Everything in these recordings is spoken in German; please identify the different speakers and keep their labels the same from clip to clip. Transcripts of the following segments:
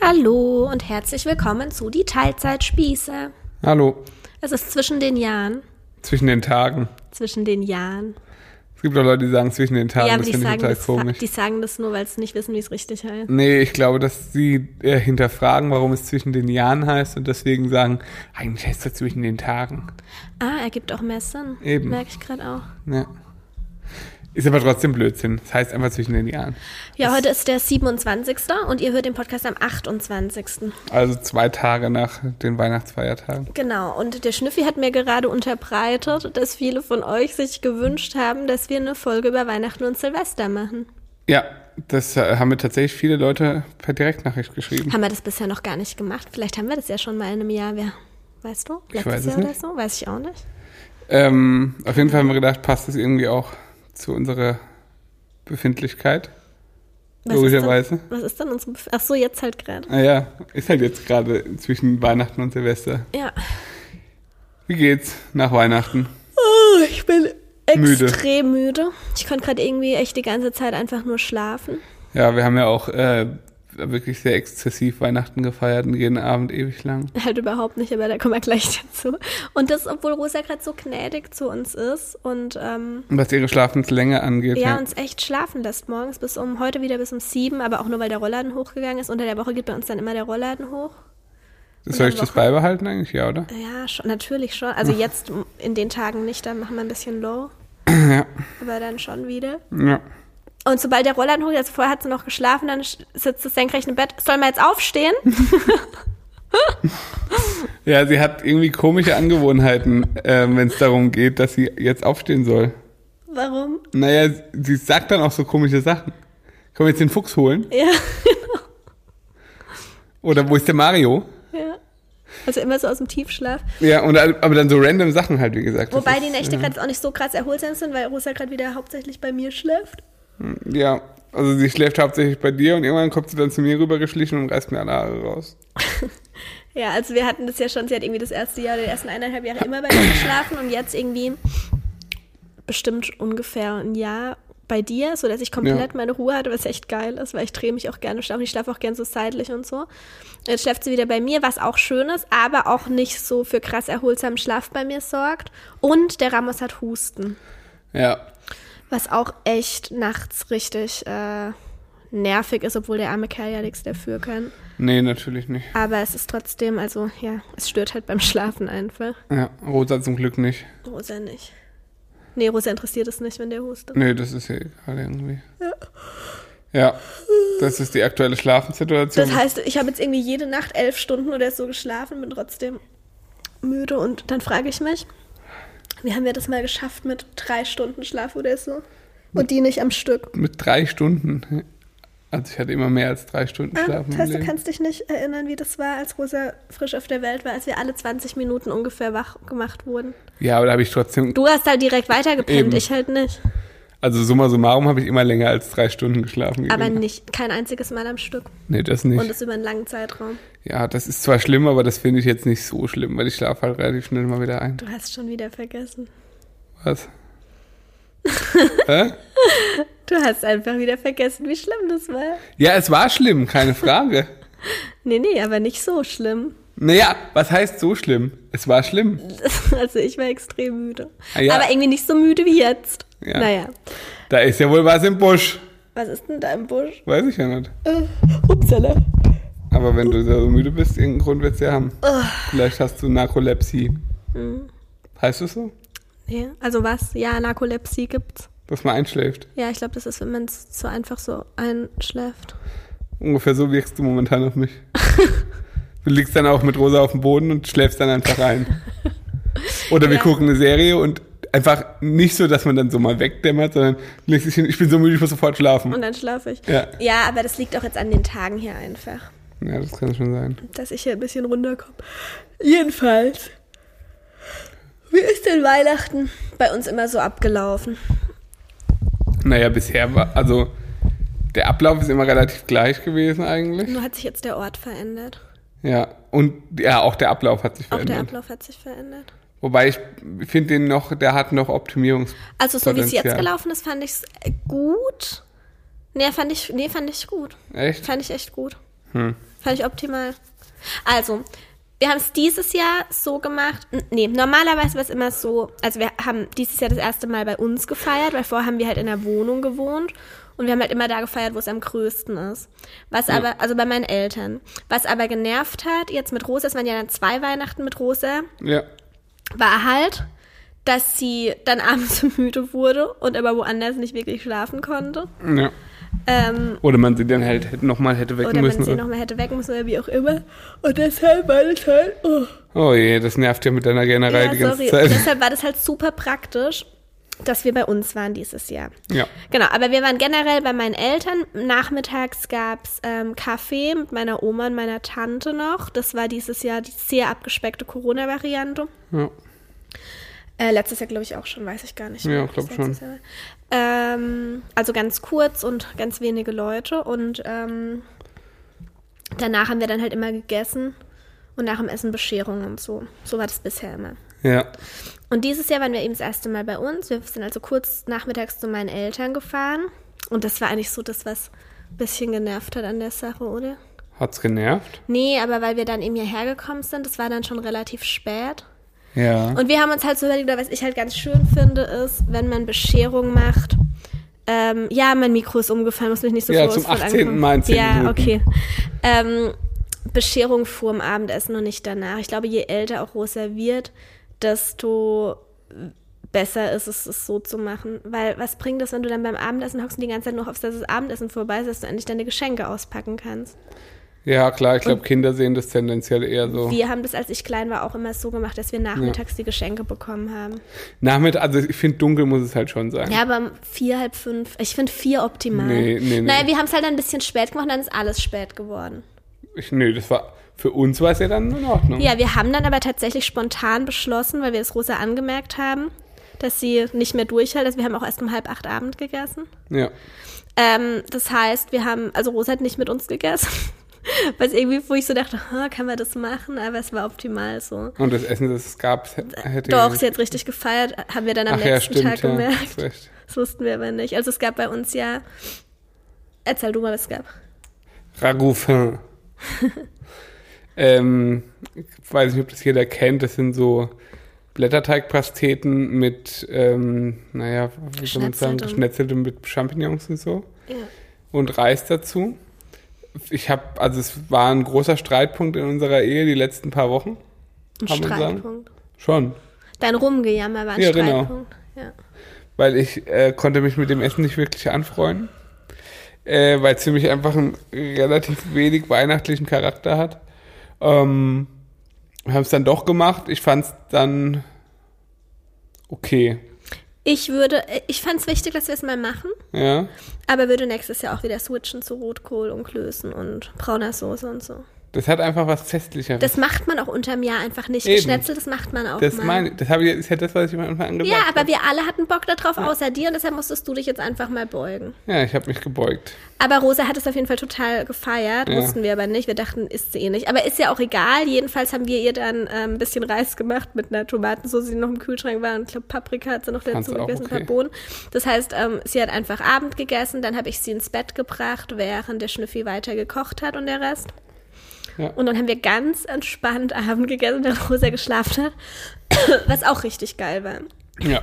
Speaker 1: Hallo und herzlich willkommen zu die Teilzeitspieße.
Speaker 2: Hallo.
Speaker 1: Es ist zwischen den Jahren.
Speaker 2: Zwischen den Tagen.
Speaker 1: Zwischen den Jahren.
Speaker 2: Es gibt auch Leute, die sagen zwischen den Tagen.
Speaker 1: ja, aber
Speaker 2: das
Speaker 1: die
Speaker 2: finde ich
Speaker 1: sagen,
Speaker 2: total
Speaker 1: das, fa-
Speaker 2: komisch.
Speaker 1: die sagen das nur, weil sie nicht wissen, wie es richtig heißt.
Speaker 2: Nee, ich glaube, dass sie äh, hinterfragen, warum es zwischen den Jahren heißt und deswegen sagen, eigentlich heißt das zwischen den Tagen.
Speaker 1: Ah, ergibt auch mehr Sinn.
Speaker 2: Eben.
Speaker 1: Merke ich gerade auch.
Speaker 2: Ja. Ist aber trotzdem Blödsinn. Es heißt einfach zwischen den Jahren.
Speaker 1: Ja, heute ist der 27. und ihr hört den Podcast am 28.
Speaker 2: Also zwei Tage nach den Weihnachtsfeiertagen.
Speaker 1: Genau, und der Schnüffi hat mir gerade unterbreitet, dass viele von euch sich gewünscht haben, dass wir eine Folge über Weihnachten und Silvester machen.
Speaker 2: Ja, das äh, haben mir tatsächlich viele Leute per Direktnachricht geschrieben.
Speaker 1: Haben wir das bisher noch gar nicht gemacht? Vielleicht haben wir das ja schon mal in einem Jahr. Wer, weißt du? Letztes
Speaker 2: weiß es
Speaker 1: Jahr oder
Speaker 2: nicht.
Speaker 1: so? Weiß ich auch nicht.
Speaker 2: Ähm, auf jeden Fall haben wir gedacht, passt das irgendwie auch zu unserer Befindlichkeit.
Speaker 1: Was
Speaker 2: Logischerweise.
Speaker 1: Ist denn, was ist denn unsere Bef Ach so, jetzt halt gerade.
Speaker 2: Naja, ist halt jetzt gerade zwischen Weihnachten und Silvester.
Speaker 1: Ja.
Speaker 2: Wie geht's nach Weihnachten?
Speaker 1: Oh, ich bin
Speaker 2: Müde.
Speaker 1: extrem müde. Ich konnte gerade irgendwie echt die ganze Zeit einfach nur schlafen.
Speaker 2: Ja, wir haben ja auch äh, wirklich sehr exzessiv Weihnachten gefeiert und jeden Abend ewig lang.
Speaker 1: Halt überhaupt nicht, aber da kommen wir gleich dazu. Und das, obwohl Rosa gerade so gnädig zu uns ist und ähm,
Speaker 2: Und Was ihre Schlafenslänge angeht.
Speaker 1: ja,
Speaker 2: Ja,
Speaker 1: uns echt schlafen lässt morgens bis um heute wieder bis um sieben, aber auch nur weil der Rollladen hochgegangen ist. Unter der Woche geht bei uns dann immer der Rollladen hoch.
Speaker 2: Soll ich das
Speaker 1: Woche.
Speaker 2: beibehalten eigentlich? Ja, oder?
Speaker 1: Ja, schon, natürlich schon. Also jetzt in den Tagen nicht, dann machen wir ein bisschen low,
Speaker 2: Ja.
Speaker 1: aber dann schon wieder.
Speaker 2: ja.
Speaker 1: Und sobald der Roland hoch, also vorher hat sie noch geschlafen, dann sch- sitzt es senkrecht im Bett. Soll man jetzt aufstehen?
Speaker 2: Ja, sie hat irgendwie komische Angewohnheiten, äh, wenn es darum geht, dass sie jetzt aufstehen soll.
Speaker 1: Warum?
Speaker 2: Naja, sie sagt dann auch so komische Sachen. Können wir jetzt den Fuchs holen?
Speaker 1: Ja,
Speaker 2: Oder wo ist der Mario?
Speaker 1: ja. Also immer so aus dem Tiefschlaf.
Speaker 2: Ja, und, äh, aber dann so random Sachen halt, wie gesagt. Das
Speaker 1: Wobei
Speaker 2: ist,
Speaker 1: die Nächte
Speaker 2: äh,
Speaker 1: gerade jetzt auch nicht so krass erholsam sind, weil Rosa gerade wieder hauptsächlich bei mir schläft.
Speaker 2: Ja, also sie schläft hauptsächlich bei dir und irgendwann kommt sie dann zu mir rübergeschlichen und reißt mir alle Haare raus.
Speaker 1: Ja, also wir hatten das ja schon, sie hat irgendwie das erste Jahr, die ersten eineinhalb Jahre immer bei mir geschlafen und jetzt irgendwie bestimmt ungefähr ein Jahr bei dir, so dass ich komplett
Speaker 2: Ja.
Speaker 1: meine Ruhe hatte, was echt geil ist, weil ich drehe mich auch gerne schlafen. Ich schlafe auch gerne so seitlich und so. Jetzt schläft sie wieder bei mir, was auch schön ist, aber auch nicht so für krass erholsamen Schlaf bei mir sorgt. Und der Ramos hat Husten,
Speaker 2: Ja.
Speaker 1: was auch echt nachts richtig äh, nervig ist, obwohl der arme Kerl ja nichts dafür kann.
Speaker 2: Nee, natürlich nicht.
Speaker 1: Aber es ist trotzdem, also ja, es stört halt beim Schlafen einfach.
Speaker 2: Ja, Rosa zum Glück nicht.
Speaker 1: Rosa nicht. Nee, Rosa interessiert es nicht, wenn der hustet.
Speaker 2: Nee, das ist ja egal irgendwie. Ja, das ist die aktuelle Schlafensituation.
Speaker 1: Das heißt, ich habe jetzt irgendwie jede Nacht elf Stunden oder so geschlafen, bin trotzdem müde und dann frage ich mich, wie haben wir das mal geschafft mit drei Stunden Schlaf oder so? Und die nicht am Stück.
Speaker 2: Mit drei Stunden. Also ich hatte immer mehr als drei Stunden
Speaker 1: Ah,
Speaker 2: Schlaf.
Speaker 1: das
Speaker 2: im
Speaker 1: heißt, du
Speaker 2: Leben.
Speaker 1: kannst dich nicht erinnern, wie das war, als Rosa frisch auf der Welt war, als wir alle 20 Minuten ungefähr wach gemacht wurden.
Speaker 2: ja, aber da habe ich trotzdem,
Speaker 1: Du hast halt direkt weitergepennt,
Speaker 2: Eben.
Speaker 1: ich halt nicht.
Speaker 2: also summa summarum habe ich immer länger als drei Stunden geschlafen. wie
Speaker 1: Aber
Speaker 2: immer.
Speaker 1: nicht, kein einziges Mal am Stück.
Speaker 2: Nee, das nicht.
Speaker 1: Und das über einen langen Zeitraum.
Speaker 2: ja, das ist zwar schlimm, aber das finde ich jetzt nicht so schlimm, weil ich schlafe halt relativ schnell mal wieder ein.
Speaker 1: Du hast schon wieder vergessen.
Speaker 2: Was? Hä?
Speaker 1: Du hast einfach wieder vergessen, wie schlimm das war.
Speaker 2: Ja, es war schlimm, keine Frage.
Speaker 1: Nee, nee, aber nicht so schlimm.
Speaker 2: naja, was heißt so schlimm? Es war schlimm.
Speaker 1: Also ich war extrem müde.
Speaker 2: Ah, ja.
Speaker 1: Aber irgendwie nicht so müde wie jetzt.
Speaker 2: Ja.
Speaker 1: Naja.
Speaker 2: Da ist ja wohl was im Busch.
Speaker 1: Was ist denn da im Busch?
Speaker 2: Weiß ich ja nicht.
Speaker 1: Äh, Upsala.
Speaker 2: Aber wenn du so müde bist, irgendeinen Grund wird's ja haben. Vielleicht hast du Narkolepsie. Heißt es so?
Speaker 1: Ja, also was? Ja, Narkolepsie gibt's.
Speaker 2: Dass man einschläft.
Speaker 1: Ja, ich glaube, das ist, wenn man es so einfach so einschläft.
Speaker 2: Ungefähr so wirkst du momentan auf mich. du liegst dann auch mit Rosa auf dem Boden und schläfst dann einfach ein. Oder wir
Speaker 1: Ja.
Speaker 2: gucken eine Serie und einfach nicht so, dass man dann so mal wegdämmert, sondern legst dich hin, ich bin so müde, ich muss sofort schlafen.
Speaker 1: Und dann schlafe ich.
Speaker 2: Ja.
Speaker 1: ja, aber das liegt auch jetzt an den Tagen hier einfach.
Speaker 2: Ja, das kann schon sein.
Speaker 1: dass ich hier ein bisschen runterkomme. Jedenfalls. Wie ist denn Weihnachten bei uns immer so abgelaufen?
Speaker 2: Naja, bisher war, also der Ablauf ist immer relativ gleich gewesen eigentlich.
Speaker 1: Nur hat sich jetzt der Ort verändert.
Speaker 2: Ja, und ja, auch der Ablauf hat sich
Speaker 1: Auch der
Speaker 2: verändert.
Speaker 1: Ablauf hat sich verändert.
Speaker 2: Wobei ich finde den noch, der hat noch Optimierungs.
Speaker 1: Also so wie es jetzt
Speaker 2: Potenzial.
Speaker 1: gelaufen ist, äh, fand ich es gut. Nee, fand ich, nee, fand ich gut.
Speaker 2: Echt?
Speaker 1: Fand ich echt gut.
Speaker 2: Hm.
Speaker 1: Fand ich optimal. Also, wir haben es dieses Jahr so gemacht. N- Nee, normalerweise war es immer so, also wir haben dieses Jahr das erste Mal bei uns gefeiert, weil vorher haben wir halt in der Wohnung gewohnt und wir haben halt immer da gefeiert, wo es am größten ist. Was aber, also bei meinen Eltern. Was aber genervt hat, jetzt mit Rosa, es waren ja dann zwei Weihnachten mit Rosa,
Speaker 2: Ja.
Speaker 1: war halt, dass sie dann abends müde wurde und aber woanders nicht wirklich schlafen konnte.
Speaker 2: ja.
Speaker 1: Ähm,
Speaker 2: Oder man sie dann halt nochmal hätte wecken
Speaker 1: oder man
Speaker 2: müssen. ne?
Speaker 1: sie nochmal hätte weg müssen oder wie auch immer. Und deshalb war das halt. Oh.
Speaker 2: oh je, das nervt ja mit deiner Gänerei
Speaker 1: Ja,
Speaker 2: die ganze
Speaker 1: sorry.
Speaker 2: Zeit.
Speaker 1: Deshalb war das halt super praktisch, dass wir bei uns waren dieses Jahr.
Speaker 2: Ja.
Speaker 1: Genau, aber wir waren generell bei meinen Eltern. Nachmittags gab es ähm, Kaffee mit meiner Oma und meiner Tante noch. Das war dieses Jahr die sehr abgespeckte Corona-Variante.
Speaker 2: ja.
Speaker 1: Äh, letztes Jahr glaube ich auch schon, weiß ich gar nicht.
Speaker 2: Ja,
Speaker 1: ob das
Speaker 2: glaub schon.
Speaker 1: letztes Jahr war. Ähm, also ganz kurz und ganz wenige Leute und ähm, danach haben wir dann halt immer gegessen und nach dem Essen Bescherungen und so. So war das bisher immer.
Speaker 2: Ja.
Speaker 1: Und dieses Jahr waren wir eben das erste Mal bei uns. Wir sind also kurz nachmittags zu meinen Eltern gefahren und das war eigentlich so das, was ein bisschen genervt hat an der Sache, oder?
Speaker 2: Hat's genervt?
Speaker 1: Nee, aber weil wir dann eben hierher gekommen sind, das war dann schon relativ spät.
Speaker 2: Ja.
Speaker 1: Und wir haben uns halt so überlegt, oder was ich halt ganz schön finde, ist, wenn man Bescherung macht. Ähm, ja, mein Mikro ist umgefallen, muss mich nicht so
Speaker 2: Ja,
Speaker 1: vorwurfsvoll
Speaker 2: zum 18.
Speaker 1: angucken.
Speaker 2: Mal in 10
Speaker 1: Ja,
Speaker 2: Minuten.
Speaker 1: okay. Ähm, Bescherung vor dem Abendessen und nicht danach. Ich glaube, je älter auch Rosa wird, desto besser ist es, es so zu machen. Weil was bringt es, wenn du dann beim Abendessen hockst und die ganze Zeit nur hoffst, dass das Abendessen vorbei ist, dass du endlich deine Geschenke auspacken kannst?
Speaker 2: ja, klar, ich glaube, Kinder sehen das tendenziell eher so.
Speaker 1: Wir haben das, als ich klein war, auch immer so gemacht, dass wir nachmittags die Geschenke bekommen haben.
Speaker 2: Nachmittag, also ich finde, dunkel muss es halt schon sein.
Speaker 1: Ja, aber um vier, halb fünf. Ich finde vier optimal.
Speaker 2: Nee, nee, nee.
Speaker 1: Naja, wir haben es halt dann ein bisschen spät gemacht und dann ist alles spät geworden.
Speaker 2: Ich, nee, das war, für uns war es ja dann in Ordnung.
Speaker 1: Ja, wir haben dann aber tatsächlich spontan beschlossen, weil wir es Rosa angemerkt haben, dass sie nicht mehr durchhält. Also wir haben auch erst um halb acht Abend gegessen.
Speaker 2: ja.
Speaker 1: Ähm, das heißt, wir haben, also Rosa hat nicht mit uns gegessen. Was irgendwie, wo ich so dachte, "Ha, kann man das machen, aber es war optimal so.
Speaker 2: Und das Essen, das es gab, hätte
Speaker 1: Doch, sie hat richtig gefeiert, haben wir dann am
Speaker 2: Ach ja,
Speaker 1: letzten
Speaker 2: stimmt,
Speaker 1: Tag
Speaker 2: ja.
Speaker 1: gemerkt.
Speaker 2: Hast recht.
Speaker 1: Das wussten wir aber nicht. Also es gab bei uns ja. Erzähl du mal, was es gab.
Speaker 2: Ragoufin. ähm, ich weiß nicht, ob das jeder kennt. Das sind so Blätterteigpasteten mit, ähm, naja, wie soll man
Speaker 1: Geschnetzeltem.
Speaker 2: sagen, geschnetzeltem mit Champignons und so.
Speaker 1: Ja.
Speaker 2: Und Reis dazu. Ich habe, also es war ein großer Streitpunkt in unserer Ehe die letzten paar Wochen.
Speaker 1: Ein
Speaker 2: Kann man sagen.
Speaker 1: Streitpunkt.
Speaker 2: Schon.
Speaker 1: Dein Rumgejammer war ein
Speaker 2: Ja, genau.
Speaker 1: Streitpunkt. Ja.
Speaker 2: weil ich äh, konnte mich mit dem Essen nicht wirklich anfreunden, äh, weil es für mich einfach einen relativ wenig weihnachtlichen Charakter hat. Ähm, haben es dann doch gemacht. Ich fand es dann okay.
Speaker 1: Ich würde, ich fand es wichtig, dass wir es mal machen,
Speaker 2: Ja,
Speaker 1: aber würde nächstes Jahr auch wieder switchen zu Rotkohl und Klößen und brauner Soße und so.
Speaker 2: das hat einfach was Festlicheres.
Speaker 1: Das macht man auch unterm Jahr einfach nicht.
Speaker 2: Eben.
Speaker 1: Geschnetzel, das macht man auch
Speaker 2: das
Speaker 1: mal.
Speaker 2: meine, das habe ich, ist ja das, was ich am Anfang angesagt
Speaker 1: ja,
Speaker 2: habe.
Speaker 1: aber wir alle hatten Bock darauf, außer dir, und deshalb musstest du dich jetzt einfach mal beugen.
Speaker 2: Ja, ich habe mich gebeugt.
Speaker 1: Aber Rosa hat es auf jeden Fall total gefeiert,
Speaker 2: Ja.
Speaker 1: wussten wir aber nicht. Wir dachten, ist sie eh nicht. Aber ist ja auch egal. Jedenfalls haben wir ihr dann ähm, ein bisschen Reis gemacht mit einer Tomatensauce, die noch im Kühlschrank war. Und ich glaube, Paprika hat sie noch
Speaker 2: Fand's
Speaker 1: dazu
Speaker 2: auch
Speaker 1: gegessen, ein paar
Speaker 2: okay.
Speaker 1: Bohnen. Das heißt, ähm, sie hat einfach Abend gegessen. Dann habe ich sie ins Bett gebracht, während der Schnüffi weiter gekocht hat und der Rest.
Speaker 2: Ja.
Speaker 1: Und dann haben wir ganz entspannt Abend gegessen, während Rosa geschlafen hat. Was auch richtig geil war,
Speaker 2: Ja,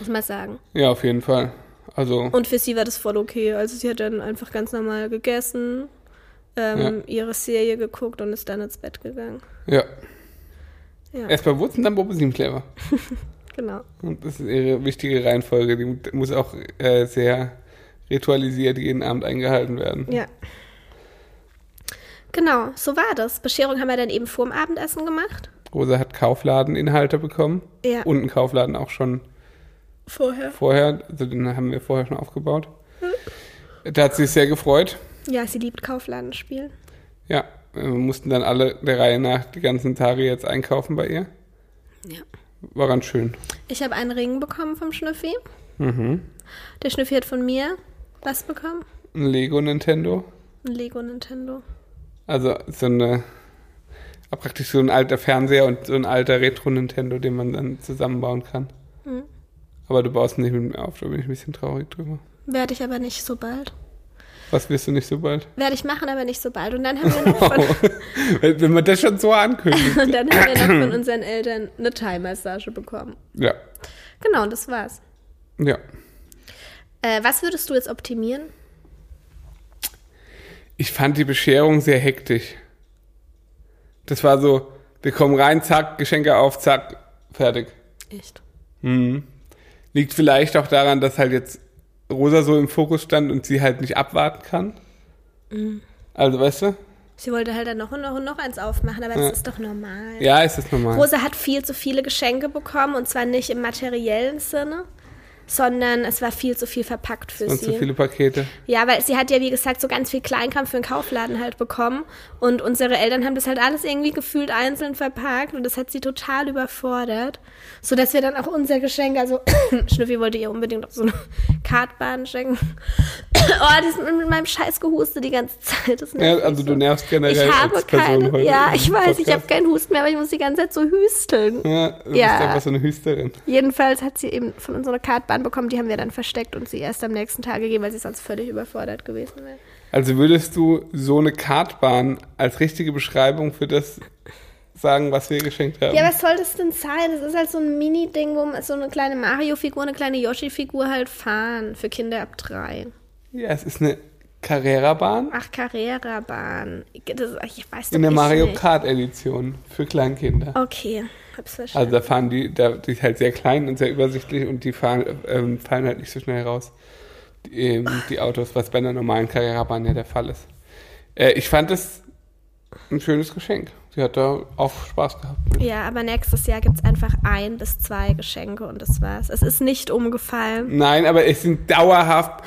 Speaker 1: muss man sagen.
Speaker 2: ja, auf jeden Fall. Also
Speaker 1: Und für sie war das voll okay. Also sie hat dann einfach ganz normal gegessen, ähm, ihre Serie geguckt und ist dann ins Bett gegangen.
Speaker 2: ja,
Speaker 1: Ja,
Speaker 2: erstmal Wurzeln, dann Bobbelsin clever.
Speaker 1: genau.
Speaker 2: Und das ist ihre wichtige Reihenfolge. Die muss auch äh, sehr ritualisiert jeden Abend eingehalten werden.
Speaker 1: Ja. Genau, so war das. Bescherung haben wir dann eben vor dem Abendessen gemacht.
Speaker 2: Rosa hat Kaufladeninhalte bekommen.
Speaker 1: Ja.
Speaker 2: Und einen Kaufladen auch schon
Speaker 1: Vorher.
Speaker 2: vorher. Also den haben wir vorher schon aufgebaut. Da hat sie sich sehr gefreut.
Speaker 1: Ja, sie liebt Kaufladenspielen.
Speaker 2: Ja, wir mussten dann alle der Reihe nach die ganzen Tage jetzt einkaufen bei ihr.
Speaker 1: Ja.
Speaker 2: War ganz schön.
Speaker 1: Ich habe einen Ring bekommen vom Schnüffi.
Speaker 2: Mhm.
Speaker 1: Der Schnüffi hat von mir was bekommen?
Speaker 2: Ein Lego Nintendo.
Speaker 1: Ein Lego Nintendo.
Speaker 2: Also so eine praktisch so ein alter Fernseher und so ein alter Retro-Nintendo, den man dann zusammenbauen kann.
Speaker 1: Mhm.
Speaker 2: Aber du baust nicht mit mir auf, da bin ich ein bisschen traurig drüber.
Speaker 1: Werde ich aber nicht so bald.
Speaker 2: Was wirst du nicht so bald? Oh.
Speaker 1: Werde ich machen, aber nicht so bald. Und dann haben wir noch von,
Speaker 2: Wenn wenn man das schon so ankündigt.
Speaker 1: und dann haben wir noch von unseren Eltern eine Thai-Massage bekommen.
Speaker 2: Ja,
Speaker 1: Genau, und das war's.
Speaker 2: ja.
Speaker 1: Äh, was würdest du jetzt optimieren?
Speaker 2: Ich fand die Bescherung sehr hektisch. Das war so, wir kommen rein, zack, Geschenke auf, zack, fertig.
Speaker 1: Echt?
Speaker 2: Mhm. Liegt vielleicht auch daran, dass halt jetzt Rosa so im Fokus stand und sie halt nicht abwarten kann.
Speaker 1: Mhm.
Speaker 2: Also, weißt du?
Speaker 1: Sie wollte halt dann noch und noch und noch eins aufmachen, aber
Speaker 2: Ja.
Speaker 1: das ist doch normal.
Speaker 2: Ja, ist das normal.
Speaker 1: Rosa hat viel zu viele Geschenke bekommen und zwar nicht im materiellen Sinne, sondern es war viel zu viel verpackt für
Speaker 2: und
Speaker 1: sie.
Speaker 2: so viele Pakete.
Speaker 1: Ja, weil sie hat ja, wie gesagt, so ganz viel Kleinkram für den Kaufladen halt bekommen. Und unsere Eltern haben das halt alles irgendwie gefühlt einzeln verpackt und das hat sie total überfordert. Sodass wir dann auch unser Geschenk, also Schnüffi wollte ihr unbedingt auch so eine Kartbahn schenken. oh, die sind mit meinem Scheiß gehustet die ganze Zeit. Das
Speaker 2: Ja,
Speaker 1: nervt
Speaker 2: also
Speaker 1: mich
Speaker 2: du
Speaker 1: so.
Speaker 2: nervst
Speaker 1: Ich
Speaker 2: generell
Speaker 1: habe
Speaker 2: als Person
Speaker 1: keine,
Speaker 2: heute.
Speaker 1: ja,
Speaker 2: im
Speaker 1: ich weiß, ich habe
Speaker 2: Podcast.
Speaker 1: keinen Husten mehr, aber ich muss die ganze Zeit so hüsteln.
Speaker 2: Ja, du
Speaker 1: Ja.
Speaker 2: bist einfach so eine Hüsterin.
Speaker 1: Jedenfalls hat sie eben von uns so eine Kartbahn bekommen, die haben wir dann versteckt und sie erst am nächsten Tag gegeben, weil sie sonst völlig überfordert gewesen wäre.
Speaker 2: Also würdest du so eine Kartbahn als richtige Beschreibung für das sagen, was wir geschenkt haben?
Speaker 1: Ja, was soll das denn sein? Das ist halt so ein Mini-Ding, wo man so eine kleine Mario-Figur, eine kleine Yoshi-Figur halt fahren für Kinder ab drei.
Speaker 2: ja es ist eine Carrera-Bahn
Speaker 1: Ach, Carrera-Bahn. Das, ich weiß doch
Speaker 2: in der
Speaker 1: ich
Speaker 2: Mario
Speaker 1: nicht.
Speaker 2: Kart-Edition für Kleinkinder.
Speaker 1: Okay, hab's verstanden.
Speaker 2: Also da fahren die, da, die ist halt sehr klein und sehr übersichtlich und die fahren, ähm, fallen halt nicht so schnell raus, die, ähm, die Autos, was bei einer normalen Carrera-Bahn ja der Fall ist. Äh, ich fand es ein schönes Geschenk. Sie hat da auch Spaß gehabt.
Speaker 1: ja, aber nächstes Jahr gibt's einfach ein bis zwei Geschenke und das war's. Es ist nicht umgefallen.
Speaker 2: Nein, aber es sind dauerhaft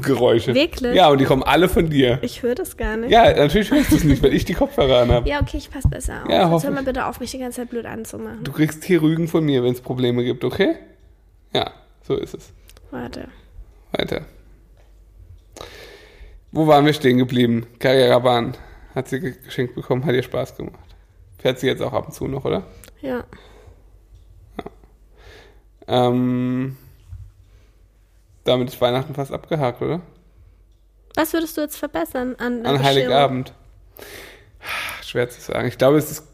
Speaker 2: Geräusche.
Speaker 1: Wirklich?
Speaker 2: Ja, und die kommen alle von dir.
Speaker 1: Ich höre das gar nicht.
Speaker 2: Ja, natürlich hörst du es nicht, weil ich die Kopfhörer an habe.
Speaker 1: Ja, okay, ich passe besser auf.
Speaker 2: Ja,
Speaker 1: Jetzt hör
Speaker 2: hoffentlich.
Speaker 1: mal bitte auf, mich die ganze Zeit blöd anzumachen.
Speaker 2: Du kriegst hier Rügen von mir, wenn es Probleme gibt, okay? Ja, so ist es.
Speaker 1: Warte.
Speaker 2: Weiter. Wo waren wir stehen geblieben? Karrierebahn hat sie ge- geschenkt bekommen, hat ihr Spaß gemacht. Fährt sie jetzt auch ab und zu noch, oder?
Speaker 1: Ja.
Speaker 2: Ähm, damit ist Weihnachten fast abgehakt, oder?
Speaker 1: Was würdest du jetzt verbessern an, der
Speaker 2: An
Speaker 1: Bescherung?
Speaker 2: Heiligabend. Schwer zu sagen. Ich glaube, es ist.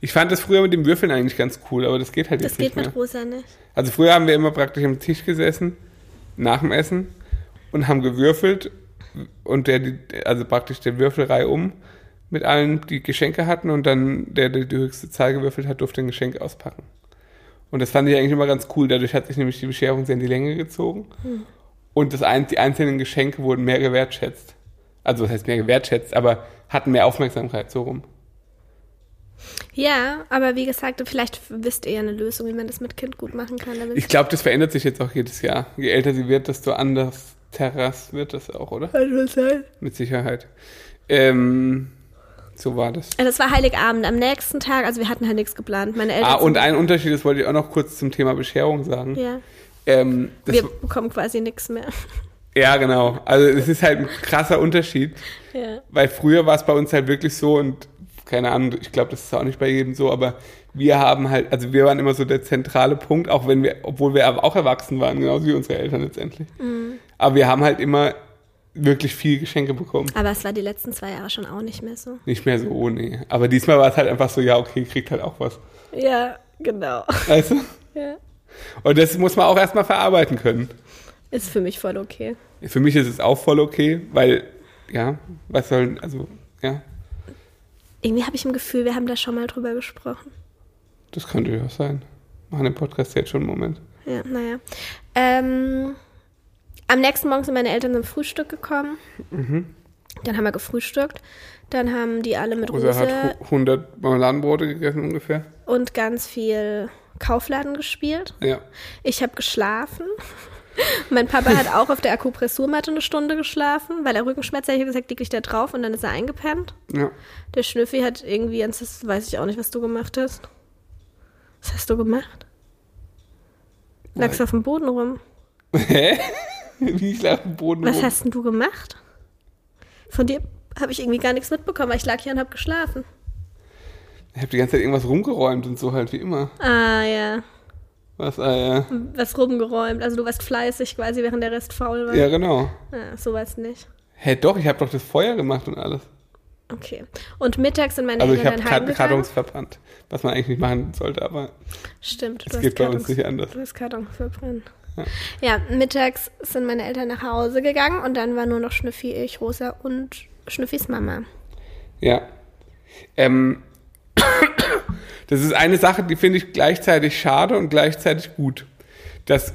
Speaker 2: Ich fand das früher mit dem Würfeln eigentlich ganz cool, aber das geht halt
Speaker 1: Das
Speaker 2: jetzt
Speaker 1: geht
Speaker 2: nicht mehr.
Speaker 1: mit Rosa nicht.
Speaker 2: Also früher haben wir immer praktisch am Tisch gesessen, nach dem Essen, und haben gewürfelt und der, die- also praktisch der Würfelreihe um mit allen, die Geschenke hatten und dann der, der die höchste Zahl gewürfelt hat, durfte ein Geschenk auspacken. Und das fand ich eigentlich immer ganz cool. Dadurch hat sich nämlich die Bescherung sehr in die Länge gezogen und das ein, die einzelnen Geschenke wurden mehr gewertschätzt. Also was heißt mehr gewertschätzt, aber hatten mehr Aufmerksamkeit so rum.
Speaker 1: Ja, aber wie gesagt, vielleicht wisst ihr ja eine Lösung, wie man das mit Kind gut machen kann. Damit
Speaker 2: Ich glaube, das verändert sich jetzt auch jedes Jahr. Je älter sie wird, desto anders Terras wird das auch, oder?
Speaker 1: kann sein.
Speaker 2: Mit Sicherheit. Ähm, so war das.
Speaker 1: Das war Heiligabend. Am nächsten Tag, also wir hatten halt nichts geplant. Meine Eltern.
Speaker 2: Ah, und
Speaker 1: sind-
Speaker 2: ein Unterschied, das wollte ich auch noch kurz zum Thema Bescherung sagen.
Speaker 1: ja,
Speaker 2: Ähm, das,
Speaker 1: wir bekommen quasi nichts mehr.
Speaker 2: ja, genau. Also es ist halt ein krasser Unterschied,
Speaker 1: ja.
Speaker 2: weil früher war es bei uns halt wirklich so und keine Ahnung, ich glaube, das ist auch nicht bei jedem so, aber wir haben halt, also wir waren immer so der zentrale Punkt, auch wenn wir, obwohl wir aber auch erwachsen waren, genauso wie unsere Eltern letztendlich.
Speaker 1: Mhm.
Speaker 2: Aber wir haben halt immer wirklich viel Geschenke bekommen.
Speaker 1: Aber es war die letzten zwei Jahre schon auch nicht mehr so.
Speaker 2: Nicht mehr so, oh nee. Aber diesmal war es halt einfach so, ja, okay, kriegt halt auch was.
Speaker 1: Ja, genau.
Speaker 2: Weißt du?
Speaker 1: Ja.
Speaker 2: Und das muss man auch erstmal verarbeiten können.
Speaker 1: Ist für mich voll okay.
Speaker 2: Für mich ist es auch voll okay, weil, ja, was sollen, also, ja,
Speaker 1: Irgendwie habe ich im Gefühl, wir haben da schon mal drüber gesprochen.
Speaker 2: das könnte ja auch sein. Machen den Podcast jetzt schon einen Moment.
Speaker 1: Ja, naja. Ähm, am nächsten Morgen sind meine Eltern zum Frühstück gekommen.
Speaker 2: Mhm.
Speaker 1: Dann haben wir gefrühstückt. Dann haben die alle mit
Speaker 2: Rosa
Speaker 1: Rose
Speaker 2: hat hu- 100 Marmeladenbrote gegessen ungefähr.
Speaker 1: und ganz viel Kaufladen gespielt.
Speaker 2: Ja.
Speaker 1: Ich habe geschlafen. Mein Papa hat auch auf der Akupressurmatte eine Stunde geschlafen, weil er Rückenschmerzen hat. Ich habe gesagt, lieg dich da drauf und dann ist er eingepennt.
Speaker 2: ja.
Speaker 1: Der Schnüffi hat irgendwie, das weiß ich auch nicht, was du gemacht hast. Was hast du gemacht? Lagst auf dem Boden rum.
Speaker 2: Hä? Wie ich lag am Boden
Speaker 1: Was
Speaker 2: rum.
Speaker 1: hast denn du gemacht? Von dir habe ich irgendwie gar nichts mitbekommen, weil ich lag hier und habe geschlafen.
Speaker 2: Ich habe die ganze Zeit irgendwas rumgeräumt und so halt wie immer.
Speaker 1: Ah ja, Hm,
Speaker 2: Was, äh,
Speaker 1: was rumgeräumt. Also du warst fleißig quasi, während der Rest faul war.
Speaker 2: ja, genau.
Speaker 1: Ah, so war es nicht.
Speaker 2: Hä, doch, ich habe doch das Feuer gemacht und alles.
Speaker 1: Okay. Und mittags sind meine
Speaker 2: Also ich
Speaker 1: Eltern
Speaker 2: habe
Speaker 1: dann heimgegangen.
Speaker 2: Kartons verbrannt, was man eigentlich nicht machen sollte, aber
Speaker 1: Stimmt, du
Speaker 2: Es
Speaker 1: hast
Speaker 2: geht bei uns
Speaker 1: Kartons-
Speaker 2: nicht anders.
Speaker 1: Du hast Kartons verbrannt. Ja. mittags sind meine Eltern nach Hause gegangen und dann war nur noch Schnüffi, ich, Rosa und Schnüffis Mama.
Speaker 2: ja. Ähm, das ist eine Sache, die finde ich gleichzeitig schade und gleichzeitig gut. Das,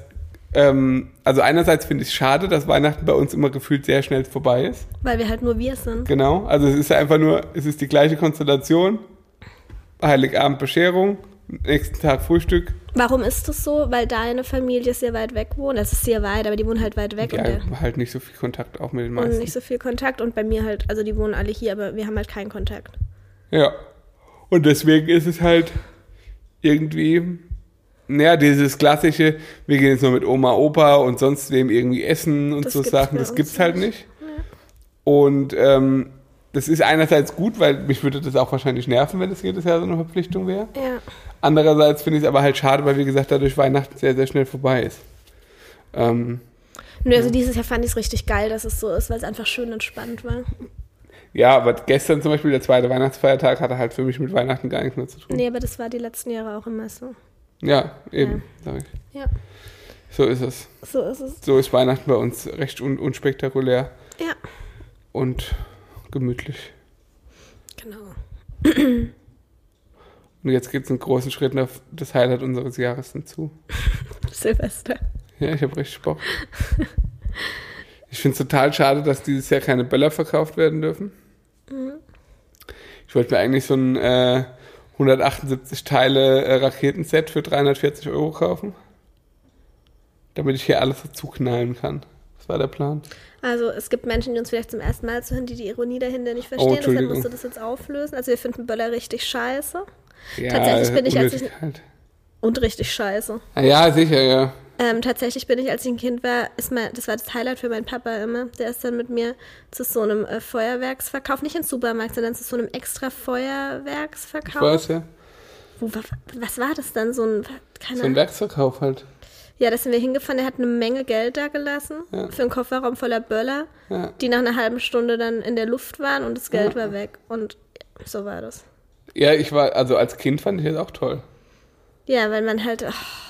Speaker 2: ähm, also einerseits finde ich es schade, dass Weihnachten bei uns immer gefühlt sehr schnell vorbei ist.
Speaker 1: Weil wir halt nur wir sind.
Speaker 2: Genau. Also es ist ja einfach nur, es ist die gleiche Konstellation. Heiligabend Bescherung, nächsten Tag Frühstück.
Speaker 1: Warum ist das so? Weil deine Familie sehr weit weg wohnt. Das ist sehr weit, aber die wohnen halt weit weg und,
Speaker 2: Ja,
Speaker 1: der,
Speaker 2: halt nicht so viel Kontakt auch mit den
Speaker 1: und
Speaker 2: meisten.
Speaker 1: nicht so viel Kontakt. Und bei mir halt, also die wohnen alle hier, aber wir haben halt keinen Kontakt.
Speaker 2: Ja. Und deswegen ist es halt irgendwie, naja, dieses klassische, wir gehen jetzt nur mit Oma, Opa und sonst wem irgendwie essen und
Speaker 1: Das
Speaker 2: so
Speaker 1: gibt's
Speaker 2: Sachen,
Speaker 1: bei
Speaker 2: das
Speaker 1: uns
Speaker 2: gibt's halt nicht.
Speaker 1: nicht.
Speaker 2: Und ähm, das ist einerseits gut, weil mich würde das auch wahrscheinlich nerven, wenn das jedes Jahr so eine Verpflichtung wäre.
Speaker 1: Ja.
Speaker 2: Andererseits finde ich es aber halt schade, weil wie gesagt, dadurch Weihnachten sehr, sehr schnell vorbei ist. Ähm,
Speaker 1: Nö, also dieses Jahr fand ich es richtig geil, dass es so ist, weil es einfach schön und spannend war.
Speaker 2: Mhm. ja, aber gestern zum Beispiel, der zweite Weihnachtsfeiertag, hatte halt für mich mit Weihnachten gar nichts mehr zu tun.
Speaker 1: Nee, aber das war die letzten Jahre auch immer so.
Speaker 2: Ja, eben, sag ich.
Speaker 1: Ja,
Speaker 2: So ist es.
Speaker 1: so ist es.
Speaker 2: So ist Weihnachten bei uns recht un unspektakulär
Speaker 1: Ja,
Speaker 2: und gemütlich.
Speaker 1: genau.
Speaker 2: Und jetzt geht es einen großen Schritt auf das Highlight unseres Jahres hinzu.
Speaker 1: Silvester.
Speaker 2: Ja, ich habe richtig Bock. Ich finde es total schade, dass dieses Jahr keine Böller verkauft werden dürfen.
Speaker 1: Mhm.
Speaker 2: Ich wollte mir eigentlich so ein äh, 178 Teile äh, Raketenset für 340 Euro kaufen, damit ich hier alles dazu knallen kann. Das war der Plan.
Speaker 1: Also es gibt Menschen, die uns vielleicht zum ersten Mal zuhören, die die Ironie dahinter nicht
Speaker 2: Oh,
Speaker 1: verstehen. Deshalb
Speaker 2: Entschuldigung.
Speaker 1: musst du das jetzt auflösen. Also wir finden Böller richtig scheiße
Speaker 2: Ja,
Speaker 1: Tatsächlich bin ich, als ich-
Speaker 2: Unnötigkeit.
Speaker 1: und richtig scheiße.
Speaker 2: Ah, ja, sicher, ja.
Speaker 1: Ähm, tatsächlich bin ich, als ich ein Kind war, ist mein, das war das Highlight für meinen Papa immer. Der ist dann mit mir zu so einem äh, Feuerwerksverkauf, nicht im Supermarkt, sondern zu so einem extra
Speaker 2: Ich
Speaker 1: Feuerwerksverkauf.
Speaker 2: weiß ja.
Speaker 1: Wo, wa- was war das dann? So ein, keine
Speaker 2: So ein Werksverkauf halt.
Speaker 1: Ja, da sind wir hingefahren, er hat eine Menge Geld da gelassen
Speaker 2: Ja.
Speaker 1: für einen Kofferraum voller Böller,
Speaker 2: Ja.
Speaker 1: die nach einer halben Stunde dann in der Luft waren und das Geld war weg. Und so war das.
Speaker 2: Ja, ich war, also als Kind fand ich das auch toll.
Speaker 1: Ja, weil man halt. ach,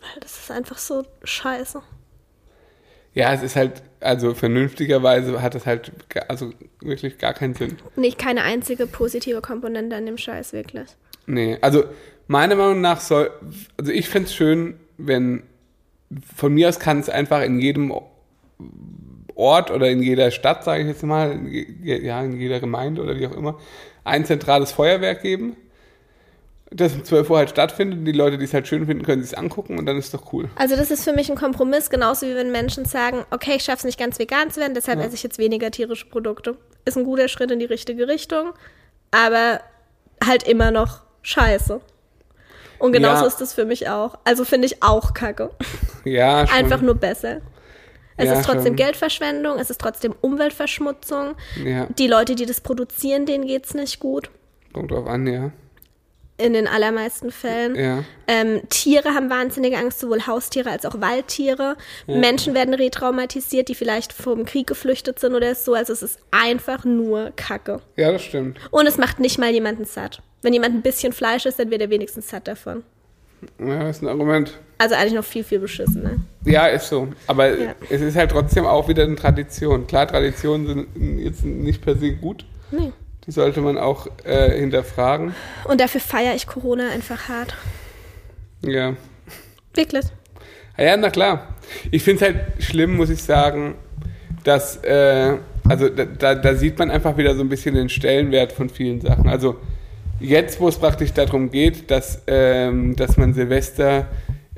Speaker 1: weil das ist einfach so scheiße.
Speaker 2: Ja, es ist halt, also vernünftigerweise hat es halt, ga- also wirklich gar keinen Sinn.
Speaker 1: Nicht keine einzige positive Komponente an dem Scheiß, wirklich.
Speaker 2: Nee, also meiner Meinung nach soll, also ich find's schön, wenn, von mir aus kann es einfach in jedem Ort oder in jeder Stadt, sage ich jetzt mal, in, je- ja, in jeder Gemeinde oder wie auch immer, ein zentrales Feuerwerk geben, das um 12 Uhr halt stattfindet und die Leute, die es halt schön finden, können sich's angucken und dann ist doch cool.
Speaker 1: Also, das ist für mich ein Kompromiss, genauso wie wenn Menschen sagen: Okay, ich schaff's nicht ganz vegan zu werden, deshalb esse ich jetzt weniger tierische Produkte. Ist ein guter Schritt in die richtige Richtung, aber halt immer noch scheiße. Und genauso
Speaker 2: Ja.
Speaker 1: ist das für mich auch. Also, finde ich auch kacke.
Speaker 2: Ja, schon.
Speaker 1: Einfach nur besser. Es
Speaker 2: Ja,
Speaker 1: ist trotzdem
Speaker 2: schon.
Speaker 1: Geldverschwendung, es ist trotzdem Umweltverschmutzung.
Speaker 2: Ja,
Speaker 1: Die Leute, die das produzieren, denen geht's nicht gut.
Speaker 2: kommt drauf an, ja.
Speaker 1: In den allermeisten Fällen.
Speaker 2: Ja.
Speaker 1: Ähm, Tiere haben wahnsinnige Angst, sowohl Haustiere als auch Waldtiere. Menschen werden retraumatisiert, die vielleicht vom Krieg geflüchtet sind oder so. Also es ist einfach nur Kacke.
Speaker 2: Ja, das stimmt.
Speaker 1: Und es macht nicht mal jemanden satt. Wenn jemand ein bisschen Fleisch isst, dann wird er wenigstens satt davon.
Speaker 2: Ja, ist ein Argument.
Speaker 1: Also eigentlich noch viel, viel beschissener.
Speaker 2: Ja, ist so. Aber
Speaker 1: Ja.
Speaker 2: es ist halt trotzdem auch wieder eine Tradition. Klar, Traditionen sind jetzt nicht per se gut.
Speaker 1: Nee.
Speaker 2: Die sollte man auch äh, hinterfragen.
Speaker 1: Und dafür feiere ich Corona einfach hart.
Speaker 2: Ja.
Speaker 1: Wirklich.
Speaker 2: Ah Ja, na klar. Ich finde es halt schlimm, muss ich sagen, dass, äh, also da, da, da sieht man einfach wieder so ein bisschen den Stellenwert von vielen Sachen. Also jetzt, wo es praktisch darum geht, dass, ähm, dass man Silvester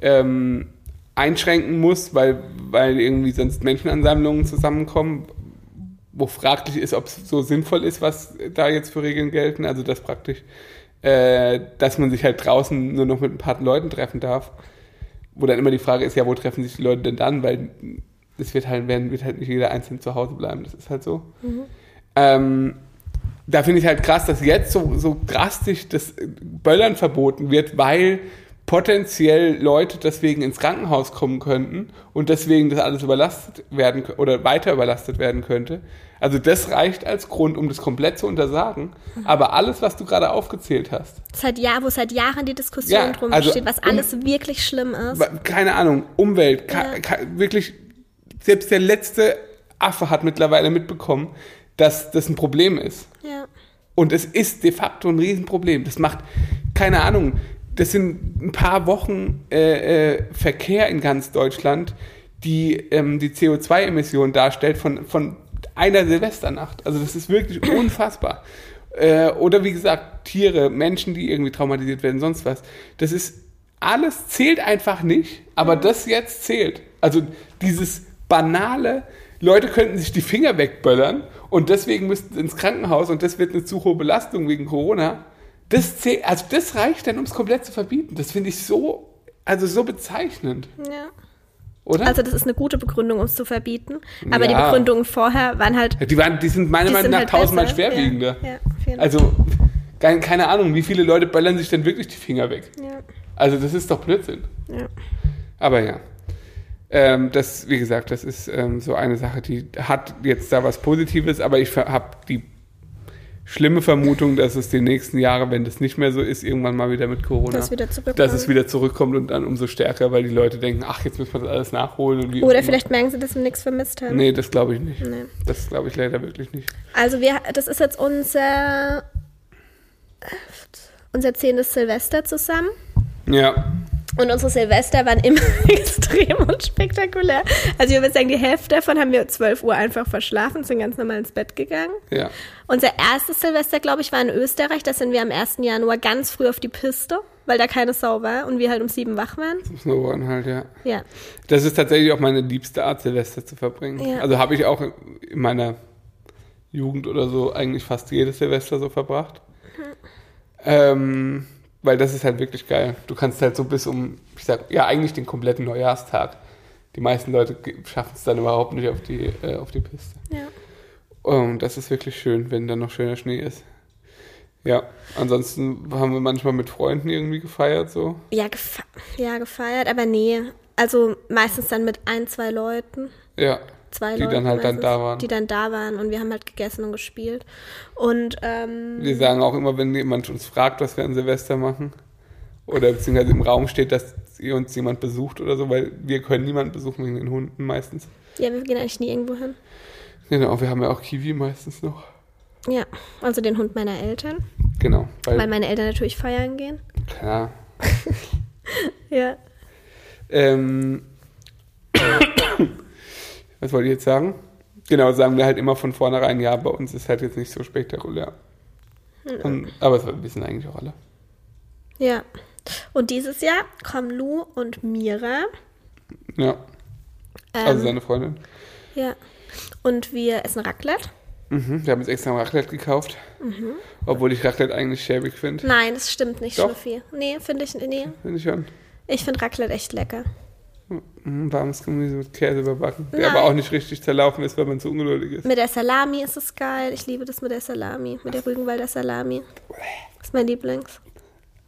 Speaker 2: ähm, einschränken muss, weil, weil irgendwie sonst Menschenansammlungen zusammenkommen, wo fraglich ist, ob es so sinnvoll ist, was da jetzt für Regeln gelten. Also dass praktisch, äh, dass man sich halt draußen nur noch mit ein paar Leuten treffen darf wo dann immer die Frage ist, ja, wo treffen sich die Leute denn dann? Weil es wird halt, werden, wird halt nicht jeder einzeln zu Hause bleiben. Das ist halt so. Ähm, da finde ich halt krass, dass jetzt so, so drastisch das Böllern verboten wird, weil potenziell Leute deswegen ins Krankenhaus kommen könnten und deswegen das alles überlastet werden kö- oder weiter überlastet werden könnte. Also das reicht als Grund, um das komplett zu untersagen. Aber alles, was du gerade aufgezählt hast,
Speaker 1: Seit Jahr, wo seit Jahren die Diskussion
Speaker 2: Ja,
Speaker 1: drum
Speaker 2: also,
Speaker 1: besteht, was
Speaker 2: um-
Speaker 1: alles wirklich schlimm ist.
Speaker 2: Wa- keine Ahnung, Umwelt, ka,
Speaker 1: Ja.
Speaker 2: ka, wirklich, selbst der letzte Affe hat mittlerweile mitbekommen, dass das ein Problem ist.
Speaker 1: ja.
Speaker 2: Und es ist de facto ein Riesenproblem. Das macht, keine Ahnung, das sind ein paar Wochen äh, äh, Verkehr in ganz Deutschland, die ähm, die CO2-Emission darstellt von, von einer Silvesternacht. Also das ist wirklich unfassbar. Äh, oder wie gesagt, Tiere, Menschen, die irgendwie traumatisiert werden, sonst was. Das ist, alles zählt einfach nicht, aber
Speaker 1: Mhm.
Speaker 2: das jetzt zählt. Also dieses banale, Leute könnten sich die Finger wegböllern und deswegen müssten sie ins Krankenhaus und das wird eine zu hohe Belastung wegen Corona. Das zählt, also das reicht dann, um es komplett zu verbieten. Das finde ich so, also so bezeichnend,
Speaker 1: ja.
Speaker 2: oder?
Speaker 1: Also das ist eine gute Begründung, um es zu verbieten. Aber die
Speaker 2: Ja.
Speaker 1: Begründungen vorher waren halt,
Speaker 2: die, waren, die sind meiner
Speaker 1: die
Speaker 2: Meinung
Speaker 1: sind
Speaker 2: nach
Speaker 1: halt
Speaker 2: tausendmal
Speaker 1: besser.
Speaker 2: schwerwiegender.
Speaker 1: Ja, genau. ja, auf jeden
Speaker 2: also kein- keine Ahnung, wie viele Leute böllern sich denn wirklich die Finger weg?
Speaker 1: ja.
Speaker 2: Also das ist doch Blödsinn.
Speaker 1: Ja.
Speaker 2: Aber ja. Ähm, das, wie gesagt, das ist ähm, so eine Sache, die hat jetzt da was Positives, aber ich habe die schlimme Vermutung, dass es die nächsten Jahre, wenn das nicht mehr so ist, irgendwann mal wieder mit Corona,
Speaker 1: Das wieder zurückkommt.
Speaker 2: dass es wieder zurückkommt und dann umso stärker, weil die Leute denken, ach, jetzt müssen wir das alles nachholen. Und wie auch
Speaker 1: Oder
Speaker 2: immer.
Speaker 1: vielleicht merken sie, dass wir nichts vermisst haben.
Speaker 2: Nee, das glaube ich nicht.
Speaker 1: Nee.
Speaker 2: Das glaube ich leider wirklich nicht.
Speaker 1: Also wir, das ist jetzt unser, unser zehntes Silvester zusammen.
Speaker 2: Ja,
Speaker 1: Und unsere Silvester waren immer extrem und spektakulär. Also ich würde sagen, die Hälfte davon haben wir 12 Uhr einfach verschlafen, sind ganz normal ins Bett gegangen.
Speaker 2: ja.
Speaker 1: Unser erstes Silvester, glaube ich, war in Österreich. Da sind wir am 1. Januar ganz früh auf die Piste, weil da keine Sau war und wir halt um sieben wach waren.
Speaker 2: Zum Snowboarden halt, ja.
Speaker 1: Ja.
Speaker 2: Das ist tatsächlich auch meine liebste Art, Silvester zu verbringen.
Speaker 1: Ja.
Speaker 2: Also habe ich auch in meiner Jugend oder so eigentlich fast jedes Silvester so verbracht. Ähm, weil das ist halt wirklich geil. Du kannst halt so bis um, ich sag, ja, eigentlich den kompletten Neujahrstag. Die meisten Leute schaffen es dann überhaupt nicht auf die, äh, auf die Piste.
Speaker 1: ja.
Speaker 2: Und das ist wirklich schön, wenn dann noch schöner Schnee ist. Ja, ansonsten haben wir manchmal mit Freunden irgendwie gefeiert, so.
Speaker 1: Ja, gefe ja, gefeiert, aber nee. Also meistens dann mit ein, zwei Leuten.
Speaker 2: Ja.
Speaker 1: Zwei
Speaker 2: Die
Speaker 1: Leuten
Speaker 2: dann halt dann
Speaker 1: meistens,
Speaker 2: da waren.
Speaker 1: Die dann da waren und wir haben halt gegessen und gespielt. Und ähm,
Speaker 2: Wir sagen auch immer, wenn jemand uns fragt, was wir an Silvester machen, oder beziehungsweise im Raum steht, dass ihr uns jemand besucht oder so, weil wir können niemanden besuchen wegen den Hunden meistens.
Speaker 1: ja, wir gehen eigentlich nie irgendwo hin.
Speaker 2: Genau, wir haben ja auch Kiwi meistens noch.
Speaker 1: Ja, also den Hund meiner Eltern,
Speaker 2: Genau, weil,
Speaker 1: weil meine Eltern natürlich feiern gehen.
Speaker 2: klar.
Speaker 1: Ja.
Speaker 2: Ähm, was wollte ich jetzt sagen? Genau, sagen wir halt immer von vornherein, ja, bei uns ist halt jetzt nicht so spektakulär. Und, aber das wissen eigentlich auch alle.
Speaker 1: Ja. Und dieses Jahr kommen Lou und Mira.
Speaker 2: Ja,
Speaker 1: Ähm,
Speaker 2: also seine Freundin.
Speaker 1: Ja. Und wir essen Raclette.
Speaker 2: Mhm, wir haben jetzt extra Raclette gekauft, obwohl ich Raclette eigentlich schäbig finde.
Speaker 1: Nein, das stimmt nicht,
Speaker 2: Doch.
Speaker 1: Schnuffi. Nee, finde ich, nee.
Speaker 2: Finde ich schon.
Speaker 1: Ich finde Raclette echt lecker.
Speaker 2: Mhm, warmes Gemüse mit Käse überbacken, der
Speaker 1: Nein.
Speaker 2: aber auch nicht richtig zerlaufen ist, weil man zu ungeduldig ist.
Speaker 1: Mit der Salami ist es geil. Ich liebe das mit der Salami. Mit der Rügenwalder Salami. Das ist mein Lieblings.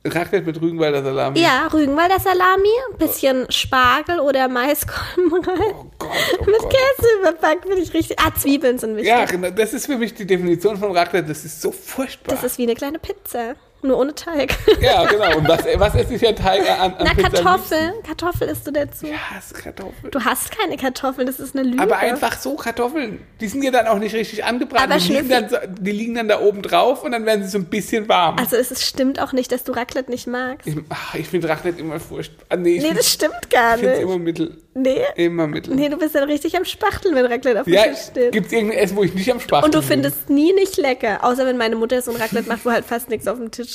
Speaker 2: Raclette mit Rügenwalder Salami.
Speaker 1: Ja, Rügenwalder Salami. Bisschen Spargel oder Maiskolben rein.
Speaker 2: Oh Gott, oh
Speaker 1: Mit
Speaker 2: Gott.
Speaker 1: Käse überpackt bin ich richtig. Ah, Zwiebeln sind wichtig.
Speaker 2: Ja, genau. Das ist für mich die Definition von Raclette. Das ist so furchtbar.
Speaker 1: Das ist wie eine kleine Pizza. Nur ohne Teig.
Speaker 2: ja, genau. Und was, was esse ich ja Teig an, an
Speaker 1: Na,
Speaker 2: Pizza am
Speaker 1: Kartoffel. Kartoffel isst du dazu.
Speaker 2: liebsten? Ja, es ist Kartoffeln.
Speaker 1: Du hast keine Kartoffeln, das ist eine Lüge.
Speaker 2: Aber einfach so Kartoffeln. Die sind ja dann auch nicht richtig angebraten.
Speaker 1: Aber
Speaker 2: die, liegen dann,
Speaker 1: Schnüffel-
Speaker 2: so- die liegen dann da oben drauf und dann werden sie so ein bisschen warm.
Speaker 1: Also es ist, stimmt auch nicht, dass du Raclette nicht magst.
Speaker 2: ich ach, ich finde Raclette immer furchtbar. Ah, Nee, ich
Speaker 1: Nee,
Speaker 2: finde
Speaker 1: das stimmt gar
Speaker 2: es
Speaker 1: nicht.
Speaker 2: immer mittel.
Speaker 1: Nee.
Speaker 2: Immer mittel.
Speaker 1: nee, du bist dann richtig am Spachteln, wenn Raclette auf dem
Speaker 2: ja,
Speaker 1: Tisch steht.
Speaker 2: gibt es irgendein Essen, wo ich nicht am Spaß
Speaker 1: Und du findest nie nicht lecker. Außer wenn meine Mutter so ein Raclette macht, wo halt fast nichts auf dem Tisch steht.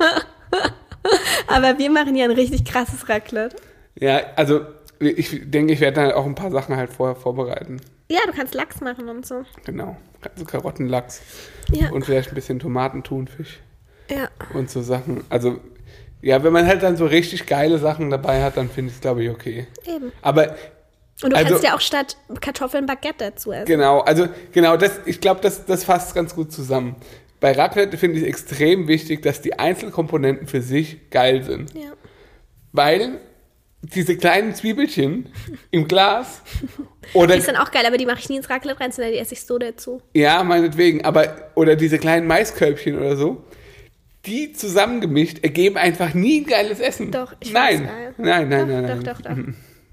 Speaker 1: Aber wir machen ja ein richtig krasses Raclette.
Speaker 2: Ja, also ich denke, ich werde dann auch ein paar Sachen halt vorher vorbereiten.
Speaker 1: Ja, du kannst Lachs machen und so.
Speaker 2: Genau. Also Karottenlachs
Speaker 1: Ja,
Speaker 2: und vielleicht ein bisschen Tomaten, Thunfisch
Speaker 1: ja.
Speaker 2: und so Sachen. Also, ja, wenn man halt dann so richtig geile Sachen dabei hat, dann finde ich es, glaube ich, okay.
Speaker 1: eben.
Speaker 2: Aber
Speaker 1: Und du
Speaker 2: Also-
Speaker 1: kannst ja auch statt Kartoffeln Baguette dazu essen.
Speaker 2: Genau, also genau, das, ich glaube, das, das fasst ganz gut zusammen. Bei Raclette finde ich extrem wichtig, dass die Einzelkomponenten für sich geil sind.
Speaker 1: Ja.
Speaker 2: Weil diese kleinen Zwiebelchen im Glas oder
Speaker 1: Die sind auch geil, aber die mache ich nie ins Raclette rein, sondern die esse ich so dazu.
Speaker 2: ja, meinetwegen, aber oder diese kleinen Maiskörbchen oder so, die zusammengemischt ergeben einfach nie ein geiles Essen.
Speaker 1: Doch, ich
Speaker 2: nein.
Speaker 1: find's geil.
Speaker 2: nein, nein,
Speaker 1: doch,
Speaker 2: nein, nein.
Speaker 1: Doch, doch, doch.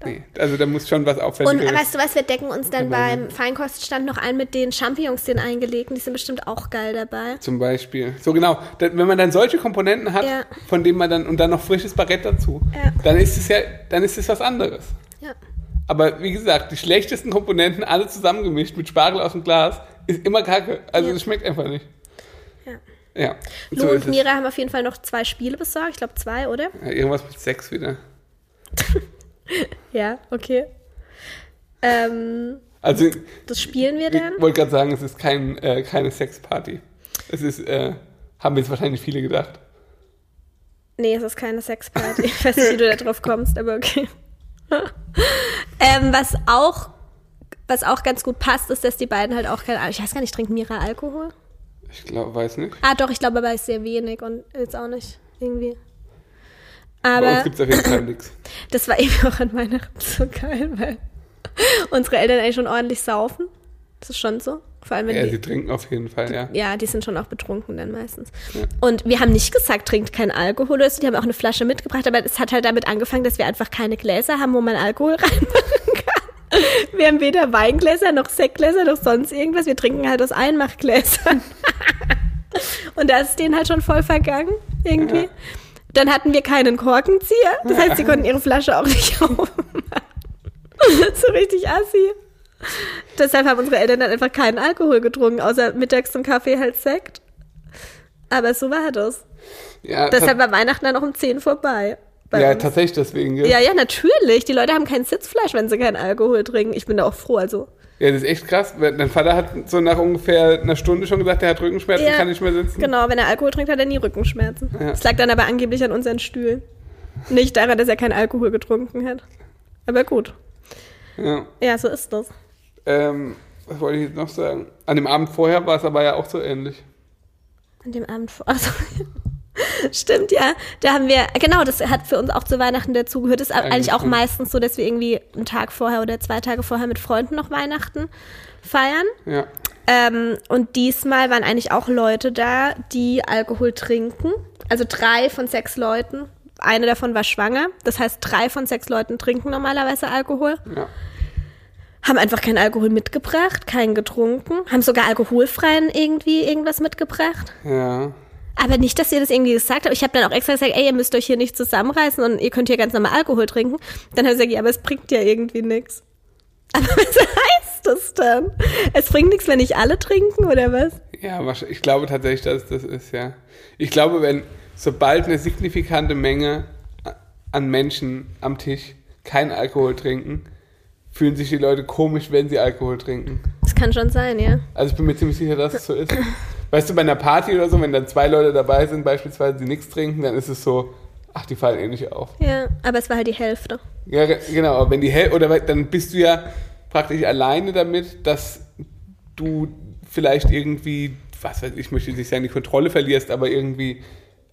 Speaker 2: Nee, also da muss schon was
Speaker 1: Und
Speaker 2: auffälliges.
Speaker 1: weißt du was, wir decken uns dann beim Feinkoststand noch ein mit den Champignons, den eingelegten. Die sind bestimmt auch geil dabei.
Speaker 2: Zum Beispiel. So genau. Da, wenn man dann solche Komponenten hat,
Speaker 1: Ja.
Speaker 2: von denen man dann und dann noch frisches Barett dazu,
Speaker 1: Ja.
Speaker 2: dann ist es ja, dann ist es was anderes.
Speaker 1: Ja.
Speaker 2: Aber wie gesagt, die schlechtesten Komponenten alle zusammengemischt mit Spargel aus dem Glas ist immer Kacke. Also
Speaker 1: Ja.
Speaker 2: es schmeckt einfach nicht.
Speaker 1: Ja.
Speaker 2: Ja.
Speaker 1: Lou und Mira haben auf jeden Fall noch zwei Spiele besorgt. Ich glaube zwei, oder?
Speaker 2: Ja, irgendwas mit sechs wieder.
Speaker 1: Ja, okay. Ähm,
Speaker 2: Also ich
Speaker 1: das spielen wir dann.
Speaker 2: wollte gerade sagen, es ist kein, äh, keine Sexparty. Es ist, äh, haben jetzt wahrscheinlich viele gedacht.
Speaker 1: Nee, es ist keine Sexparty. Ich weiß nicht, wie du da drauf kommst, aber okay. ähm, was auch was auch ganz gut passt, ist, dass die beiden halt auch kein Al- Ich weiß gar nicht, trinkt Mira Alkohol?
Speaker 2: Ich glaube, weiß nicht.
Speaker 1: Ah, doch, ich glaube aber ist sehr wenig und jetzt auch nicht irgendwie.
Speaker 2: Bei
Speaker 1: Aber
Speaker 2: uns gibt es auf jeden Fall nichts.
Speaker 1: das war eben auch an Weihnachten so geil, weil unsere Eltern eigentlich schon ordentlich saufen. Das ist schon so. Vor allem, wenn
Speaker 2: Ja,
Speaker 1: die,
Speaker 2: sie trinken auf jeden Fall, ja.
Speaker 1: ja, die sind schon auch betrunken dann meistens. Und wir haben nicht gesagt, trinkt keinen Alkohol oder so. Die haben auch eine Flasche mitgebracht, aber es hat halt damit angefangen, dass wir einfach keine Gläser haben, wo man Alkohol reinmachen kann. Wir haben weder Weingläser noch Sektgläser noch sonst irgendwas. Wir trinken halt aus Einmachgläsern. Und da ist denen halt schon voll vergangen, irgendwie.
Speaker 2: Ja.
Speaker 1: Dann hatten wir keinen Korkenzieher. Das heißt, sie konnten ihre Flasche auch nicht aufmachen. so richtig assi. Deshalb haben unsere Eltern dann einfach keinen Alkohol getrunken, außer mittags zum Kaffee halt Sekt. Aber so war das.
Speaker 2: ja
Speaker 1: Deshalb war Weihnachten dann auch um 10 vorbei. Bei
Speaker 2: ja,
Speaker 1: uns.
Speaker 2: tatsächlich deswegen. Ja.
Speaker 1: ja, ja, natürlich. Die Leute haben kein Sitzfleisch, wenn sie keinen Alkohol trinken. Ich bin da auch froh, also.
Speaker 2: ja, das ist echt krass. weil Dein Vater hat so nach ungefähr einer Stunde schon gesagt, er hat Rückenschmerzen,
Speaker 1: Ja.
Speaker 2: kann nicht mehr sitzen.
Speaker 1: Genau, wenn er Alkohol trinkt, hat er nie Rückenschmerzen.
Speaker 2: Ja.
Speaker 1: Das lag dann aber angeblich an unseren Stühlen. Nicht daran, dass er keinen Alkohol getrunken hat. Aber gut.
Speaker 2: Ja.
Speaker 1: Ja, so ist das.
Speaker 2: Ähm, was wollte ich jetzt noch sagen? An dem Abend vorher war es aber ja auch so ähnlich.
Speaker 1: An dem Abend vor. Also, stimmt, ja. Da haben wir, genau, das hat für uns auch zu Weihnachten dazugehört. Ist eigentlich,
Speaker 2: Eigentlich
Speaker 1: auch
Speaker 2: schon.
Speaker 1: meistens so, dass wir irgendwie einen Tag vorher oder zwei Tage vorher mit Freunden noch Weihnachten feiern.
Speaker 2: Ja.
Speaker 1: Ähm, und diesmal waren eigentlich auch Leute da, die Alkohol trinken. Also drei von sechs Leuten. Eine davon war schwanger. Das heißt, drei von sechs Leuten trinken normalerweise Alkohol.
Speaker 2: ja.
Speaker 1: Haben einfach keinen Alkohol mitgebracht, keinen getrunken. Haben sogar alkoholfreien irgendwie irgendwas mitgebracht.
Speaker 2: Ja.
Speaker 1: Aber nicht, dass ihr das irgendwie gesagt habt. Ich habe dann auch extra gesagt, ey, ihr müsst euch hier nicht zusammenreißen und ihr könnt hier ganz normal Alkohol trinken. Dann habe ich gesagt, ja, aber es bringt ja irgendwie nichts. Aber was heißt das dann? Es bringt nichts, wenn nicht alle trinken, oder was?
Speaker 2: Ja, wahrsch- ich glaube tatsächlich, dass es das ist, ja. Ich glaube, wenn sobald eine signifikante Menge a- an Menschen am Tisch keinen Alkohol trinken, fühlen sich die Leute komisch, wenn sie Alkohol trinken.
Speaker 1: Das kann schon sein, ja.
Speaker 2: Also ich bin mir ziemlich sicher, dass es so ist. Weißt du, bei einer Party oder so, wenn dann zwei Leute dabei sind, beispielsweise, die nichts trinken, dann ist es so, ach, die fallen eh nicht auf.
Speaker 1: Ja, aber es war halt die Hälfte.
Speaker 2: Ja, ge- genau, aber wenn die Hel oder we- dann bist du ja praktisch alleine damit, dass du vielleicht irgendwie, was weiß ich, ich möchte nicht sagen, die Kontrolle verlierst, aber irgendwie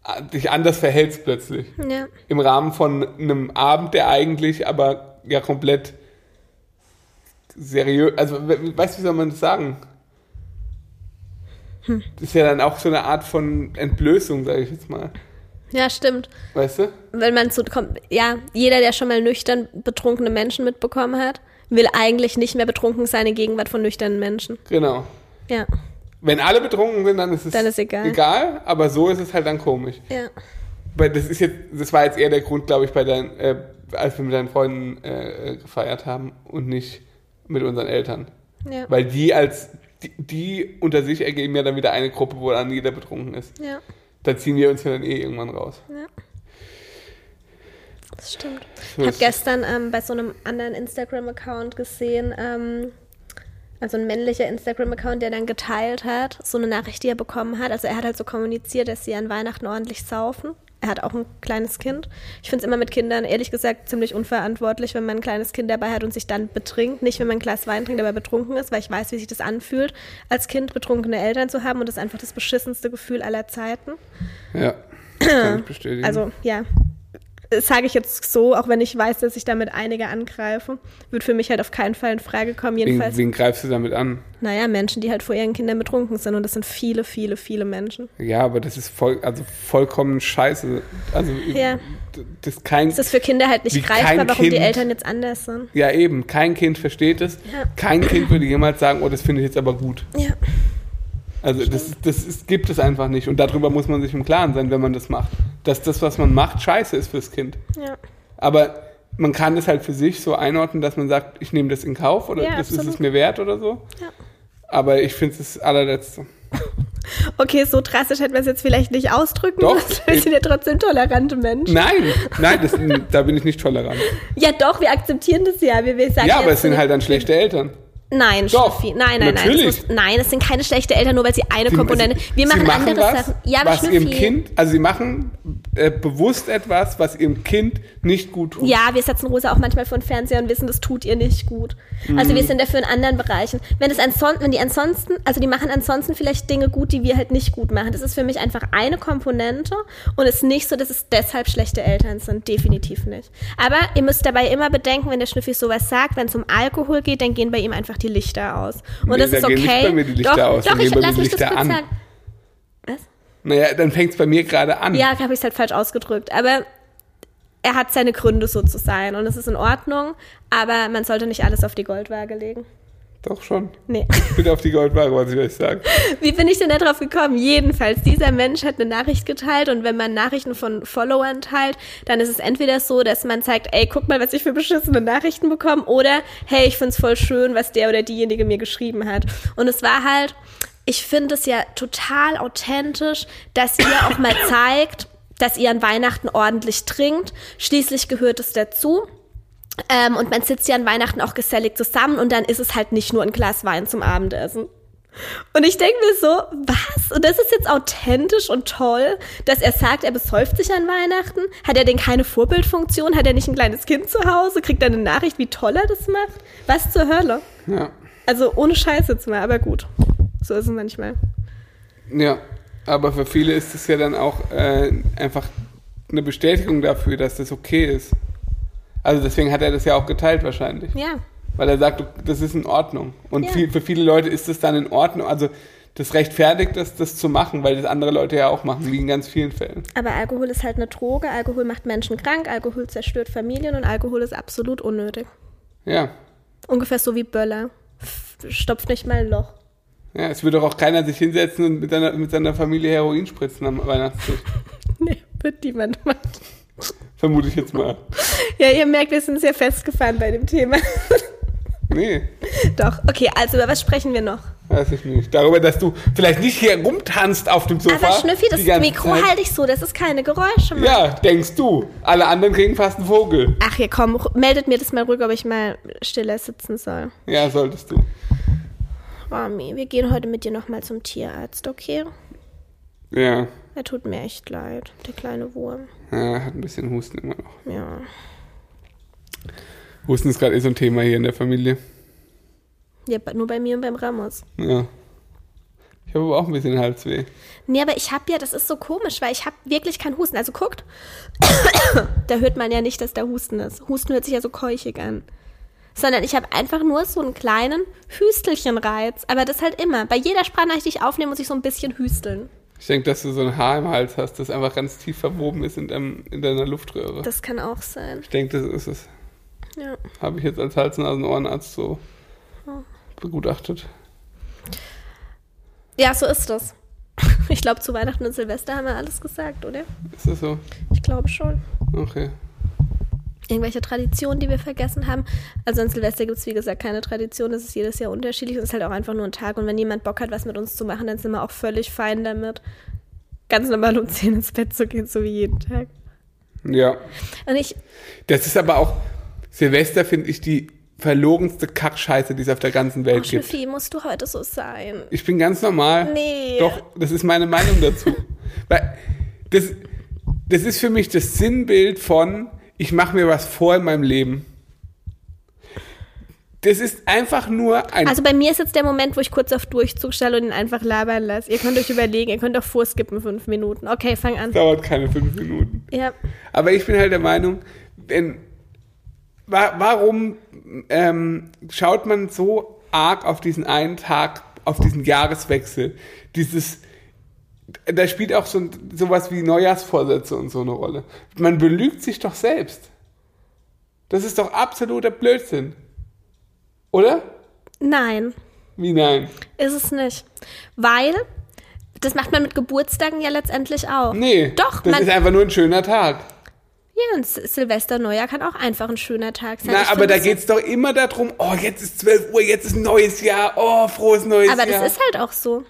Speaker 2: a- dich anders verhältst plötzlich.
Speaker 1: Ja.
Speaker 2: Im Rahmen von einem Abend, der eigentlich aber ja komplett seriös, also we- weißt du, wie soll man das sagen? Das ist ja dann auch so eine Art von Entblößung, sage ich jetzt mal.
Speaker 1: Ja, stimmt.
Speaker 2: Weißt du?
Speaker 1: Wenn man so kommt, ja, jeder, der schon mal nüchtern betrunkene Menschen mitbekommen hat, will eigentlich nicht mehr betrunken sein in Gegenwart von nüchternen Menschen.
Speaker 2: Genau.
Speaker 1: Ja.
Speaker 2: Wenn alle betrunken sind, dann ist es
Speaker 1: Dann ist egal.
Speaker 2: egal, aber so ist es halt dann komisch.
Speaker 1: Ja.
Speaker 2: Weil das ist jetzt, das war jetzt eher der Grund, glaube ich, bei deinen, äh, als wir mit deinen Freunden äh, äh, gefeiert haben und nicht mit unseren Eltern.
Speaker 1: Ja.
Speaker 2: Weil die als die, die unter sich ergeben ja dann wieder eine Gruppe, wo dann jeder betrunken ist.
Speaker 1: Ja.
Speaker 2: Da ziehen wir uns ja dann eh irgendwann raus.
Speaker 1: Ja. Das stimmt.
Speaker 2: So
Speaker 1: ich habe
Speaker 2: ist es.
Speaker 1: gestern ähm, bei so einem anderen Instagram-Account gesehen, ähm, also ein männlicher Instagram-Account, der dann geteilt hat, so eine Nachricht, die er bekommen hat. Also er hat halt so kommuniziert, dass sie an Weihnachten ordentlich saufen. Er hat auch ein kleines Kind. Ich finde es immer mit Kindern, ehrlich gesagt, ziemlich unverantwortlich, wenn man ein kleines Kind dabei hat und sich dann betrinkt. Nicht, wenn man ein Glas Wein trinkt, aber betrunken ist, weil ich weiß, wie sich das anfühlt, als Kind betrunkene Eltern zu haben. Und das ist einfach das beschissenste Gefühl aller Zeiten.
Speaker 2: Ja. Das kann ich bestätigen.
Speaker 1: Also, ja. Das sage ich jetzt so, auch wenn ich weiß, dass ich damit einige angreife, wird für mich halt auf keinen Fall in Frage kommen.
Speaker 2: Wen,
Speaker 1: Jedenfalls,
Speaker 2: wen greifst du damit an?
Speaker 1: naja, Menschen, die halt vor ihren Kindern betrunken sind und das sind viele, viele, viele Menschen.
Speaker 2: Ja, aber das ist voll, also vollkommen scheiße. Also
Speaker 1: Ja.
Speaker 2: d- das ist kein,
Speaker 1: Es ist für Kinder halt nicht
Speaker 2: Wie
Speaker 1: greifbar,
Speaker 2: kein
Speaker 1: warum die
Speaker 2: Kind.
Speaker 1: Eltern jetzt anders sind.
Speaker 2: ja eben, kein Kind versteht es.
Speaker 1: Ja.
Speaker 2: Kein Kind würde jemals sagen, oh, das finde ich jetzt aber gut.
Speaker 1: Ja.
Speaker 2: Also das, das ist, gibt es einfach nicht. Und darüber muss man sich im Klaren sein, wenn man das macht. Dass das, was man macht, scheiße ist fürs Kind.
Speaker 1: Ja.
Speaker 2: Aber man kann das halt für sich so einordnen, dass man sagt, ich nehme das in Kauf oder
Speaker 1: Ja,
Speaker 2: das ist
Speaker 1: absolut.
Speaker 2: es mir wert oder so.
Speaker 1: Ja.
Speaker 2: Aber ich finde es das allerletzte.
Speaker 1: Okay, so drastisch hätten wir es jetzt vielleicht nicht ausdrücken
Speaker 2: Doch.
Speaker 1: müssen. Wir sind ja trotzdem tolerante Menschen.
Speaker 2: Nein, nein, das, da bin ich nicht tolerant.
Speaker 1: Ja, doch, wir akzeptieren das ja. Wir, wir sagen
Speaker 2: Ja, aber
Speaker 1: jetzt
Speaker 2: es sind
Speaker 1: so-
Speaker 2: halt dann schlechte Eltern.
Speaker 1: Nein,
Speaker 2: Doch,
Speaker 1: Schnüffi. Nein, nein, nein.
Speaker 2: natürlich.
Speaker 1: Das muss, nein, es sind keine schlechten Eltern, nur weil sie eine Komponente.
Speaker 2: sie-
Speaker 1: Wir
Speaker 2: sie
Speaker 1: machen, andere
Speaker 2: was,
Speaker 1: Sachen. Ja, aber
Speaker 2: was ihrem
Speaker 1: Schnüffi.
Speaker 2: Kind, also sie machen äh, bewusst etwas, was ihrem Kind nicht gut tut.
Speaker 1: Ja, wir setzen Rosa auch manchmal vor den Fernseher und wissen, das tut ihr nicht gut. Also
Speaker 2: Mhm.
Speaker 1: wir sind dafür in anderen Bereichen. Wenn es ansonsten, wenn die ansonsten, also die machen ansonsten vielleicht Dinge gut, die wir halt nicht gut machen. Das ist für mich einfach eine Komponente und ist nicht so, dass es deshalb schlechte Eltern sind. Definitiv nicht. Aber ihr müsst dabei immer bedenken, wenn der Schnüffi sowas sagt, wenn es um Alkohol geht, dann gehen bei ihm einfach die Lichter aus. Und
Speaker 2: Nee,
Speaker 1: das
Speaker 2: da
Speaker 1: ist okay.
Speaker 2: gehen nicht bei mir die Lichter
Speaker 1: doch,
Speaker 2: aus, da
Speaker 1: doch,
Speaker 2: gehen
Speaker 1: ich
Speaker 2: bei mir
Speaker 1: lass
Speaker 2: die
Speaker 1: mich das
Speaker 2: Lichter
Speaker 1: kurz
Speaker 2: an.
Speaker 1: sagen.
Speaker 2: Naja, dann fängt es bei mir gerade an.
Speaker 1: Ja, habe ich es halt falsch ausgedrückt. Aber er hat seine Gründe, so zu sein. Und es ist in Ordnung. Aber man sollte nicht alles auf die Goldwaage legen.
Speaker 2: Doch schon.
Speaker 1: Nee.
Speaker 2: Bitte auf die Goldwaage, was ich euch sage.
Speaker 1: Wie bin ich denn da drauf gekommen? Jedenfalls, dieser Mensch hat eine Nachricht geteilt. Und wenn man Nachrichten von Followern teilt, dann ist es entweder so, dass man zeigt, ey, guck mal, was ich für beschissene Nachrichten bekomme. Oder, hey, ich find's voll schön, was der oder diejenige mir geschrieben hat. Und es war halt, ich finde es ja total authentisch, dass ihr auch mal zeigt, dass ihr an Weihnachten ordentlich trinkt. Schließlich gehört es dazu. Ähm, und man sitzt ja an Weihnachten auch gesellig zusammen und dann ist es halt nicht nur ein Glas Wein zum Abendessen. Und ich denke mir so, was? Und das ist jetzt authentisch und toll, dass er sagt, er besäuft sich an Weihnachten. Hat er denn keine Vorbildfunktion? Hat er nicht ein kleines Kind zu Hause? Kriegt er eine Nachricht, wie toll er das macht? Was zur Hölle?
Speaker 2: Ja.
Speaker 1: Also ohne Scheiß jetzt mal, aber gut. So ist es manchmal.
Speaker 2: Ja, aber für viele ist es ja dann auch äh, einfach eine Bestätigung dafür, dass das okay ist. Also deswegen hat er das ja auch geteilt wahrscheinlich.
Speaker 1: Ja.
Speaker 2: Weil er sagt, das ist in Ordnung. Und
Speaker 1: Ja.
Speaker 2: viel, für viele Leute ist das dann in Ordnung. Also das rechtfertigt das, das zu machen, weil das andere Leute ja auch machen, wie in ganz vielen Fällen.
Speaker 1: Aber Alkohol ist halt eine Droge, Alkohol macht Menschen krank, Alkohol zerstört Familien und Alkohol ist absolut unnötig.
Speaker 2: Ja.
Speaker 1: Ungefähr so wie Böller. Stopft nicht mal ein Loch.
Speaker 2: Ja, es wird doch auch keiner sich hinsetzen und mit seiner, mit seiner Familie Heroin spritzen am Weihnachtstisch.
Speaker 1: Nee, wird niemand machen.
Speaker 2: Vermute ich jetzt mal.
Speaker 1: Ja, ihr merkt, wir sind sehr festgefahren bei dem Thema.
Speaker 2: Nee,
Speaker 1: Doch, okay, also über was sprechen wir noch?
Speaker 2: weiß ich nicht. Darüber, dass du vielleicht nicht hier rumtanzt auf dem Sofa.
Speaker 1: Aber Ah, Schnüffi, das
Speaker 2: die ganze
Speaker 1: Mikro halt
Speaker 2: Zeit.
Speaker 1: halte ich so, dass es keine Geräusche macht.
Speaker 2: Ja, denkst du. Alle anderen kriegen fast einen Vogel.
Speaker 1: Ach ja, komm, ru- meldet mir das mal ruhig, ob ich mal stiller sitzen soll.
Speaker 2: Ja, solltest du.
Speaker 1: Rami, wir gehen heute mit dir nochmal zum Tierarzt, okay?
Speaker 2: Ja.
Speaker 1: Er tut mir echt leid, der kleine Wurm.
Speaker 2: ja hat ein bisschen Husten immer noch.
Speaker 1: Ja.
Speaker 2: Husten ist gerade eh so ein Thema hier in der Familie.
Speaker 1: Ja, ba- nur bei mir und beim Ramos.
Speaker 2: Ja. Ich habe aber auch ein bisschen Halsweh.
Speaker 1: Nee, aber ich hab ja, das ist so komisch, weil ich hab wirklich keinen Husten. Also guckt, da hört man ja nicht, dass da Husten ist. Husten hört sich ja so keuchig an. Sondern ich habe einfach nur so einen kleinen Hüstelchenreiz. Aber das halt immer. Bei jeder Sprachnachricht, die ich aufnehme, muss ich so ein bisschen hüsteln.
Speaker 2: Ich denke, dass du so ein Haar im Hals hast, das einfach ganz tief verwoben ist in, deinem, in deiner Luftröhre.
Speaker 1: Das kann auch sein.
Speaker 2: ich denke, das ist es.
Speaker 1: Ja.
Speaker 2: Habe ich jetzt als Hals-, Nasen-, Ohrenarzt so
Speaker 1: Hm.
Speaker 2: begutachtet.
Speaker 1: ja, so ist das. Ich glaube, zu Weihnachten und Silvester haben wir alles gesagt, oder?
Speaker 2: Ist das so?
Speaker 1: Ich glaube schon.
Speaker 2: Okay.
Speaker 1: irgendwelche Traditionen, die wir vergessen haben. Also an Silvester gibt es, wie gesagt, keine Tradition. Es ist jedes Jahr unterschiedlich und es ist halt auch einfach nur ein Tag. Und wenn jemand Bock hat, was mit uns zu machen, dann sind wir auch völlig fein damit, ganz normal um 10 ins Bett zu gehen, so wie jeden Tag.
Speaker 2: Ja.
Speaker 1: Und ich,
Speaker 2: Äh, Das ist aber auch, Silvester finde ich die verlogenste Kackscheiße, die es auf der ganzen
Speaker 1: oh,
Speaker 2: Welt gibt.
Speaker 1: Schnüffi, musst du heute so sein?
Speaker 2: Ich bin ganz normal.
Speaker 1: Nee.
Speaker 2: Doch, das ist meine Meinung dazu. Weil das, das ist für mich das Sinnbild von, ich mache mir was vor in meinem Leben. Das ist einfach nur ein.
Speaker 1: Also bei mir ist jetzt der Moment, wo ich kurz auf Durchzug stelle und ihn einfach labern lasse. Ihr könnt euch überlegen, ihr könnt auch vorskippen fünf Minuten. Okay, fang an.
Speaker 2: dauert keine fünf Minuten.
Speaker 1: Ja.
Speaker 2: Aber ich bin halt der Meinung, wenn, wa warum ähm, schaut man so arg auf diesen einen Tag, auf diesen Jahreswechsel? Dieses, da spielt auch so ein- sowas wie Neujahrsvorsätze und so eine Rolle. Man belügt sich doch selbst. Das ist doch absoluter Blödsinn. Oder?
Speaker 1: Nein,
Speaker 2: Wie nein?
Speaker 1: ist es nicht. Weil, das macht man mit Geburtstagen ja letztendlich auch.
Speaker 2: Nee.
Speaker 1: Doch,
Speaker 2: Das
Speaker 1: man-
Speaker 2: ist einfach nur ein schöner Tag.
Speaker 1: Ja, und S- Silvester, Neujahr kann auch einfach ein schöner Tag sein. Ich
Speaker 2: Na, aber
Speaker 1: finde,
Speaker 2: da
Speaker 1: das-
Speaker 2: geht's doch immer darum, oh, jetzt ist 12 Uhr, jetzt ist ein neues Jahr, oh, frohes neues
Speaker 1: Aber
Speaker 2: Jahr.
Speaker 1: das ist halt auch so.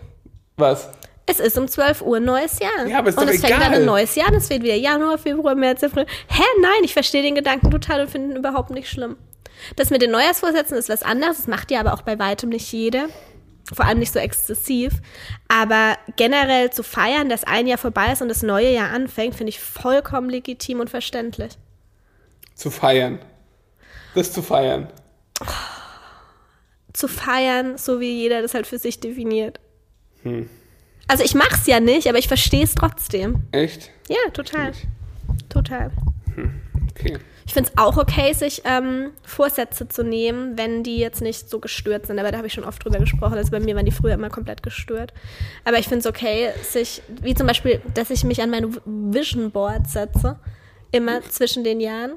Speaker 2: Was?
Speaker 1: Es ist um 12 Uhr neues Jahr.
Speaker 2: Ja, aber ist
Speaker 1: und
Speaker 2: doch
Speaker 1: es fängt
Speaker 2: egal.
Speaker 1: dann ein neues Jahr an. Es wird wieder Januar, Februar, März, April. Hä, nein, ich verstehe den Gedanken total und finde ihn überhaupt nicht schlimm. Das mit den Neujahrsvorsätzen ist was anderes. Das macht ja aber auch bei weitem nicht jeder. Vor allem nicht so exzessiv. Aber generell zu feiern, dass ein Jahr vorbei ist und das neue Jahr anfängt, finde ich vollkommen legitim und verständlich.
Speaker 2: Zu feiern. Das zu feiern.
Speaker 1: zu feiern, so wie jeder das halt für sich definiert. Also ich mach's ja nicht, aber ich verstehe es trotzdem.
Speaker 2: Echt?
Speaker 1: Ja, total.
Speaker 2: Natürlich.
Speaker 1: Total.
Speaker 2: Okay.
Speaker 1: Ich find's auch okay, sich ähm, Vorsätze zu nehmen, wenn die jetzt nicht so gestört sind. Aber da habe ich schon oft drüber gesprochen. Also bei mir waren die früher immer komplett gestört. Aber ich find's okay, sich, wie zum Beispiel, dass ich mich an meine Vision Board setze, immer zwischen den Jahren.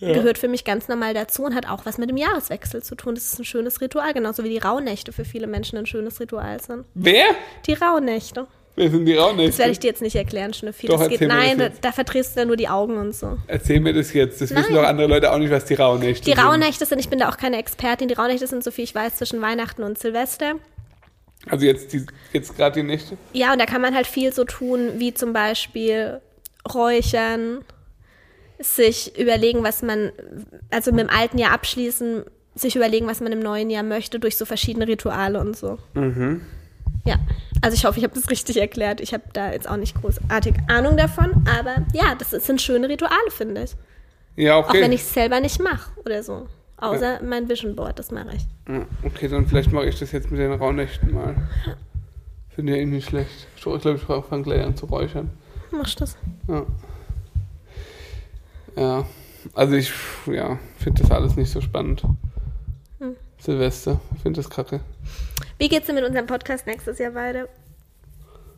Speaker 1: Gehört für mich ganz normal dazu und hat auch was mit dem Jahreswechsel zu tun. Das ist ein schönes Ritual, genauso wie die Rauhnächte für viele Menschen ein schönes Ritual sind.
Speaker 2: Wer?
Speaker 1: Die Rauhnächte.
Speaker 2: Wer sind die Raunächte?
Speaker 1: Das werde ich dir jetzt nicht erklären, Schnüffi.
Speaker 2: Doch,
Speaker 1: Das geht,
Speaker 2: erzähl mir das
Speaker 1: nein, da,
Speaker 2: jetzt.
Speaker 1: da verdrehst du dann nur die Augen und so.
Speaker 2: Erzähl mir das jetzt. Das wissen
Speaker 1: Nein.
Speaker 2: doch andere Leute auch nicht, was die Raunächte
Speaker 1: Die
Speaker 2: sind.
Speaker 1: Rauhnächte sind, ich bin da auch keine Expertin, die Rauhnächte sind, so viel ich weiß, zwischen Weihnachten und Silvester.
Speaker 2: Also jetzt, die, jetzt gerade die Nächte.
Speaker 1: Ja, und da kann man halt viel so tun, wie zum Beispiel räuchern, sich überlegen, was man, also mit dem alten Jahr abschließen, sich überlegen, was man im neuen Jahr möchte, durch so verschiedene Rituale und so. Ja, also ich hoffe, ich habe das richtig erklärt. Ich habe da jetzt auch nicht großartig Ahnung davon, aber ja, das ist- sind schöne Rituale, finde ich.
Speaker 2: Ja, okay.
Speaker 1: Auch wenn ich es selber nicht mache oder so. Außer mein Vision Board, das mache ich.
Speaker 2: Ja, okay, dann vielleicht mache ich das jetzt mit den Raunächten mal. Finde ja eh nicht schlecht. Ich glaube, ich fange gleich an zu räuchern.
Speaker 1: Machst das?
Speaker 2: Ja. Ja. Also ich ja, finde das alles nicht so spannend.
Speaker 1: Hm.
Speaker 2: Silvester, ich finde das kacke.
Speaker 1: Wie geht's denn mit unserem Podcast nächstes Jahr weiter?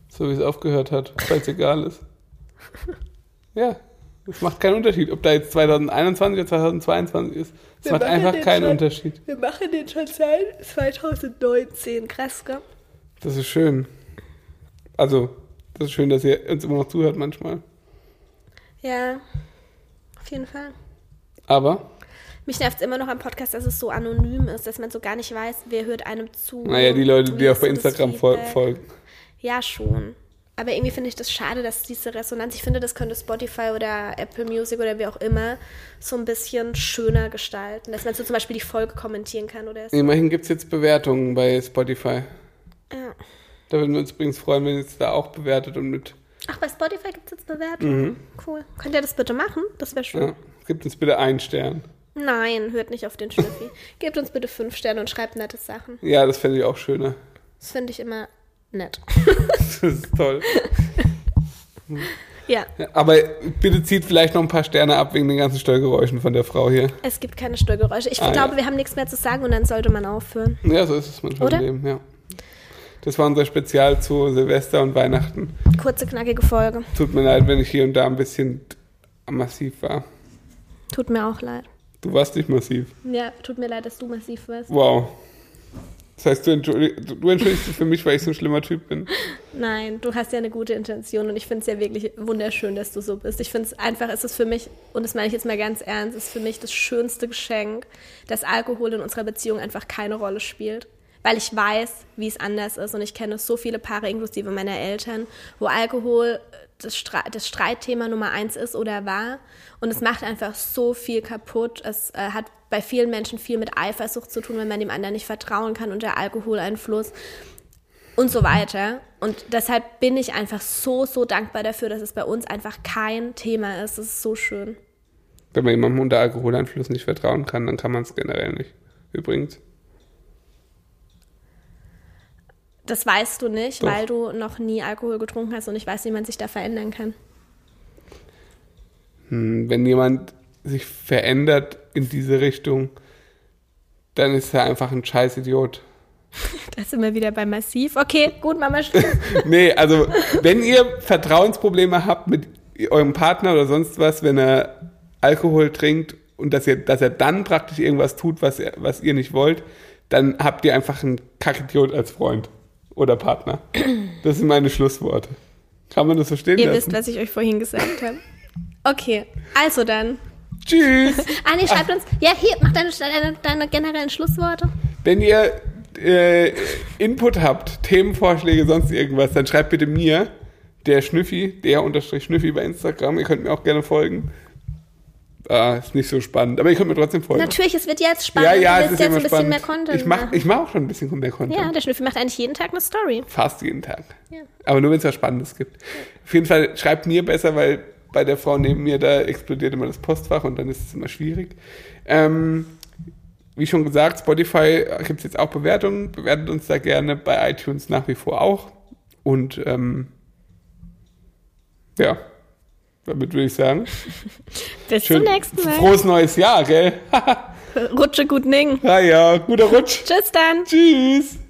Speaker 2: So wie es aufgehört hat, falls egal ist. Ja, es macht keinen Unterschied, ob da jetzt 2021 oder 2022 ist. Es
Speaker 1: Wir
Speaker 2: macht
Speaker 1: machen
Speaker 2: einfach
Speaker 1: den
Speaker 2: keinen
Speaker 1: schon.
Speaker 2: Unterschied.
Speaker 1: Wir machen den schon seit 2019. Krass, gell?
Speaker 2: Das ist schön. Also, das ist schön, dass ihr uns immer noch zuhört manchmal.
Speaker 1: Ja, auf jeden Fall.
Speaker 2: Aber,
Speaker 1: Mich nervt es immer noch am Podcast, dass es so anonym ist, dass man so gar nicht weiß, wer hört einem zu.
Speaker 2: naja, die Leute,
Speaker 1: Wie
Speaker 2: die auch
Speaker 1: ist
Speaker 2: bei
Speaker 1: so das
Speaker 2: Instagram fol
Speaker 1: Feedback?
Speaker 2: folgen.
Speaker 1: Ja, schon. Aber irgendwie finde ich das schade, dass diese Resonanz, ich finde, das könnte Spotify oder Apple Music oder wie auch immer so ein bisschen schöner gestalten. Dass man so zum Beispiel die Folge kommentieren kann oder so.
Speaker 2: Immerhin gibt es jetzt Bewertungen bei Spotify.
Speaker 1: Ja.
Speaker 2: Da würden wir uns übrigens freuen, wenn ihr es da auch bewertet und mit.
Speaker 1: Ach, bei Spotify gibt es jetzt Bewertungen.
Speaker 2: Mhm.
Speaker 1: Cool. Könnt ihr das bitte machen? Das wäre schön.
Speaker 2: Ja, gebt uns bitte einen Stern.
Speaker 1: Nein, hört nicht auf den Schnüffi. Gebt uns bitte fünf Sterne und schreibt nette Sachen.
Speaker 2: Ja, das fände ich auch schöner.
Speaker 1: Das finde ich immer nett.
Speaker 2: Das ist toll.
Speaker 1: ja,
Speaker 2: Ja, Aber bitte zieht vielleicht noch ein paar Sterne ab wegen den ganzen Störgeräuschen von der Frau hier.
Speaker 1: es gibt keine Störgeräusche. Ich
Speaker 2: Ah,
Speaker 1: glaube,
Speaker 2: ja.
Speaker 1: wir haben nichts mehr zu sagen und dann sollte man aufhören.
Speaker 2: Ja, so ist es manchmal
Speaker 1: Oder?
Speaker 2: im Leben, ja. Das war unser Spezial zu Silvester und Weihnachten.
Speaker 1: Kurze, knackige Folge.
Speaker 2: Tut mir leid, wenn ich hier und da ein bisschen massiv war.
Speaker 1: Tut mir auch leid.
Speaker 2: Du warst nicht massiv.
Speaker 1: Ja, tut mir leid, dass du massiv wirst.
Speaker 2: Wow. Das heißt, du, entschuldig, du entschuldigst dich für mich, weil ich so ein schlimmer Typ bin.
Speaker 1: Nein, du hast ja eine gute Intention und ich finde es ja wirklich wunderschön, dass du so bist. Ich finde es einfach, es ist für mich, und das meine ich jetzt mal ganz ernst, ist für mich das schönste Geschenk, dass Alkohol in unserer Beziehung einfach keine Rolle spielt. Weil ich weiß, wie es anders ist und ich kenne so viele Paare, inklusive meiner Eltern, wo Alkohol das, Stre das Streitthema Nummer eins ist oder war. Und es macht einfach so viel kaputt. Es äh, hat bei vielen Menschen viel mit Eifersucht zu tun, wenn man dem anderen nicht vertrauen kann und der Alkoholeinfluss und so weiter. Und deshalb bin ich einfach so, so dankbar dafür, dass es bei uns einfach kein Thema ist. Es ist so schön.
Speaker 2: Wenn man jemandem unter Alkoholeinfluss nicht vertrauen kann, dann kann man es generell nicht. übrigens.
Speaker 1: Das weißt du nicht,
Speaker 2: Doch.
Speaker 1: weil du noch nie Alkohol getrunken hast und ich weiß, wie man sich da verändern kann.
Speaker 2: Hm, Wenn jemand sich verändert in diese Richtung, dann ist er einfach ein scheiß Idiot.
Speaker 1: Da sind wir wieder bei Massiv. Okay, gut, Mama, Schluss.
Speaker 2: Nee, also wenn ihr Vertrauensprobleme habt mit eurem Partner oder sonst was, wenn er Alkohol trinkt und dass, ihr, dass er dann praktisch irgendwas tut, was, er, was ihr nicht wollt, dann habt ihr einfach einen Kackidiot als Freund oder Partner. Das sind meine Schlussworte. Kann man das verstehen?
Speaker 1: Ihr wisst,
Speaker 2: lassen?
Speaker 1: was ich euch vorhin gesagt habe. Okay, also dann.
Speaker 2: Tschüss!
Speaker 1: Ah, nee, schreibt uns. Ja, hier, mach deine, deine, deine generellen Schlussworte.
Speaker 2: Wenn ihr äh, Input habt, Themenvorschläge, sonst irgendwas, dann schreibt bitte mir, der Schnüffi, der unterstrich Schnüffi bei Instagram. Ihr könnt mir auch gerne folgen. Ah, ist nicht so spannend, aber ihr könnt mir trotzdem folgen.
Speaker 1: Natürlich, es wird jetzt
Speaker 2: Ja,
Speaker 1: spannend.
Speaker 2: ja,
Speaker 1: du
Speaker 2: es
Speaker 1: willst
Speaker 2: ist
Speaker 1: jetzt
Speaker 2: immer
Speaker 1: ein bisschen
Speaker 2: spannend.
Speaker 1: mehr Content.
Speaker 2: ich mache
Speaker 1: machen.
Speaker 2: ich mach auch schon ein bisschen mehr Content.
Speaker 1: Ja, der Schnüffel macht eigentlich jeden Tag eine Story.
Speaker 2: Fast jeden Tag.
Speaker 1: Ja.
Speaker 2: Aber nur, wenn es was Spannendes gibt. Auf jeden Fall schreibt mir besser, weil bei der Frau neben mir, da explodiert immer das Postfach und dann ist es immer schwierig. Ähm, wie schon gesagt, Spotify gibt es jetzt auch Bewertungen. Bewertet uns da gerne bei iTunes nach wie vor auch. Und ähm, ja, damit würde ich sagen.
Speaker 1: Bis
Speaker 2: schön-
Speaker 1: zum nächsten Mal.
Speaker 2: Frohes neues Jahr, gell?
Speaker 1: Rutsche gut Ning.
Speaker 2: Ah ja, guter Rutsch.
Speaker 1: Tschüss dann.
Speaker 2: Tschüss.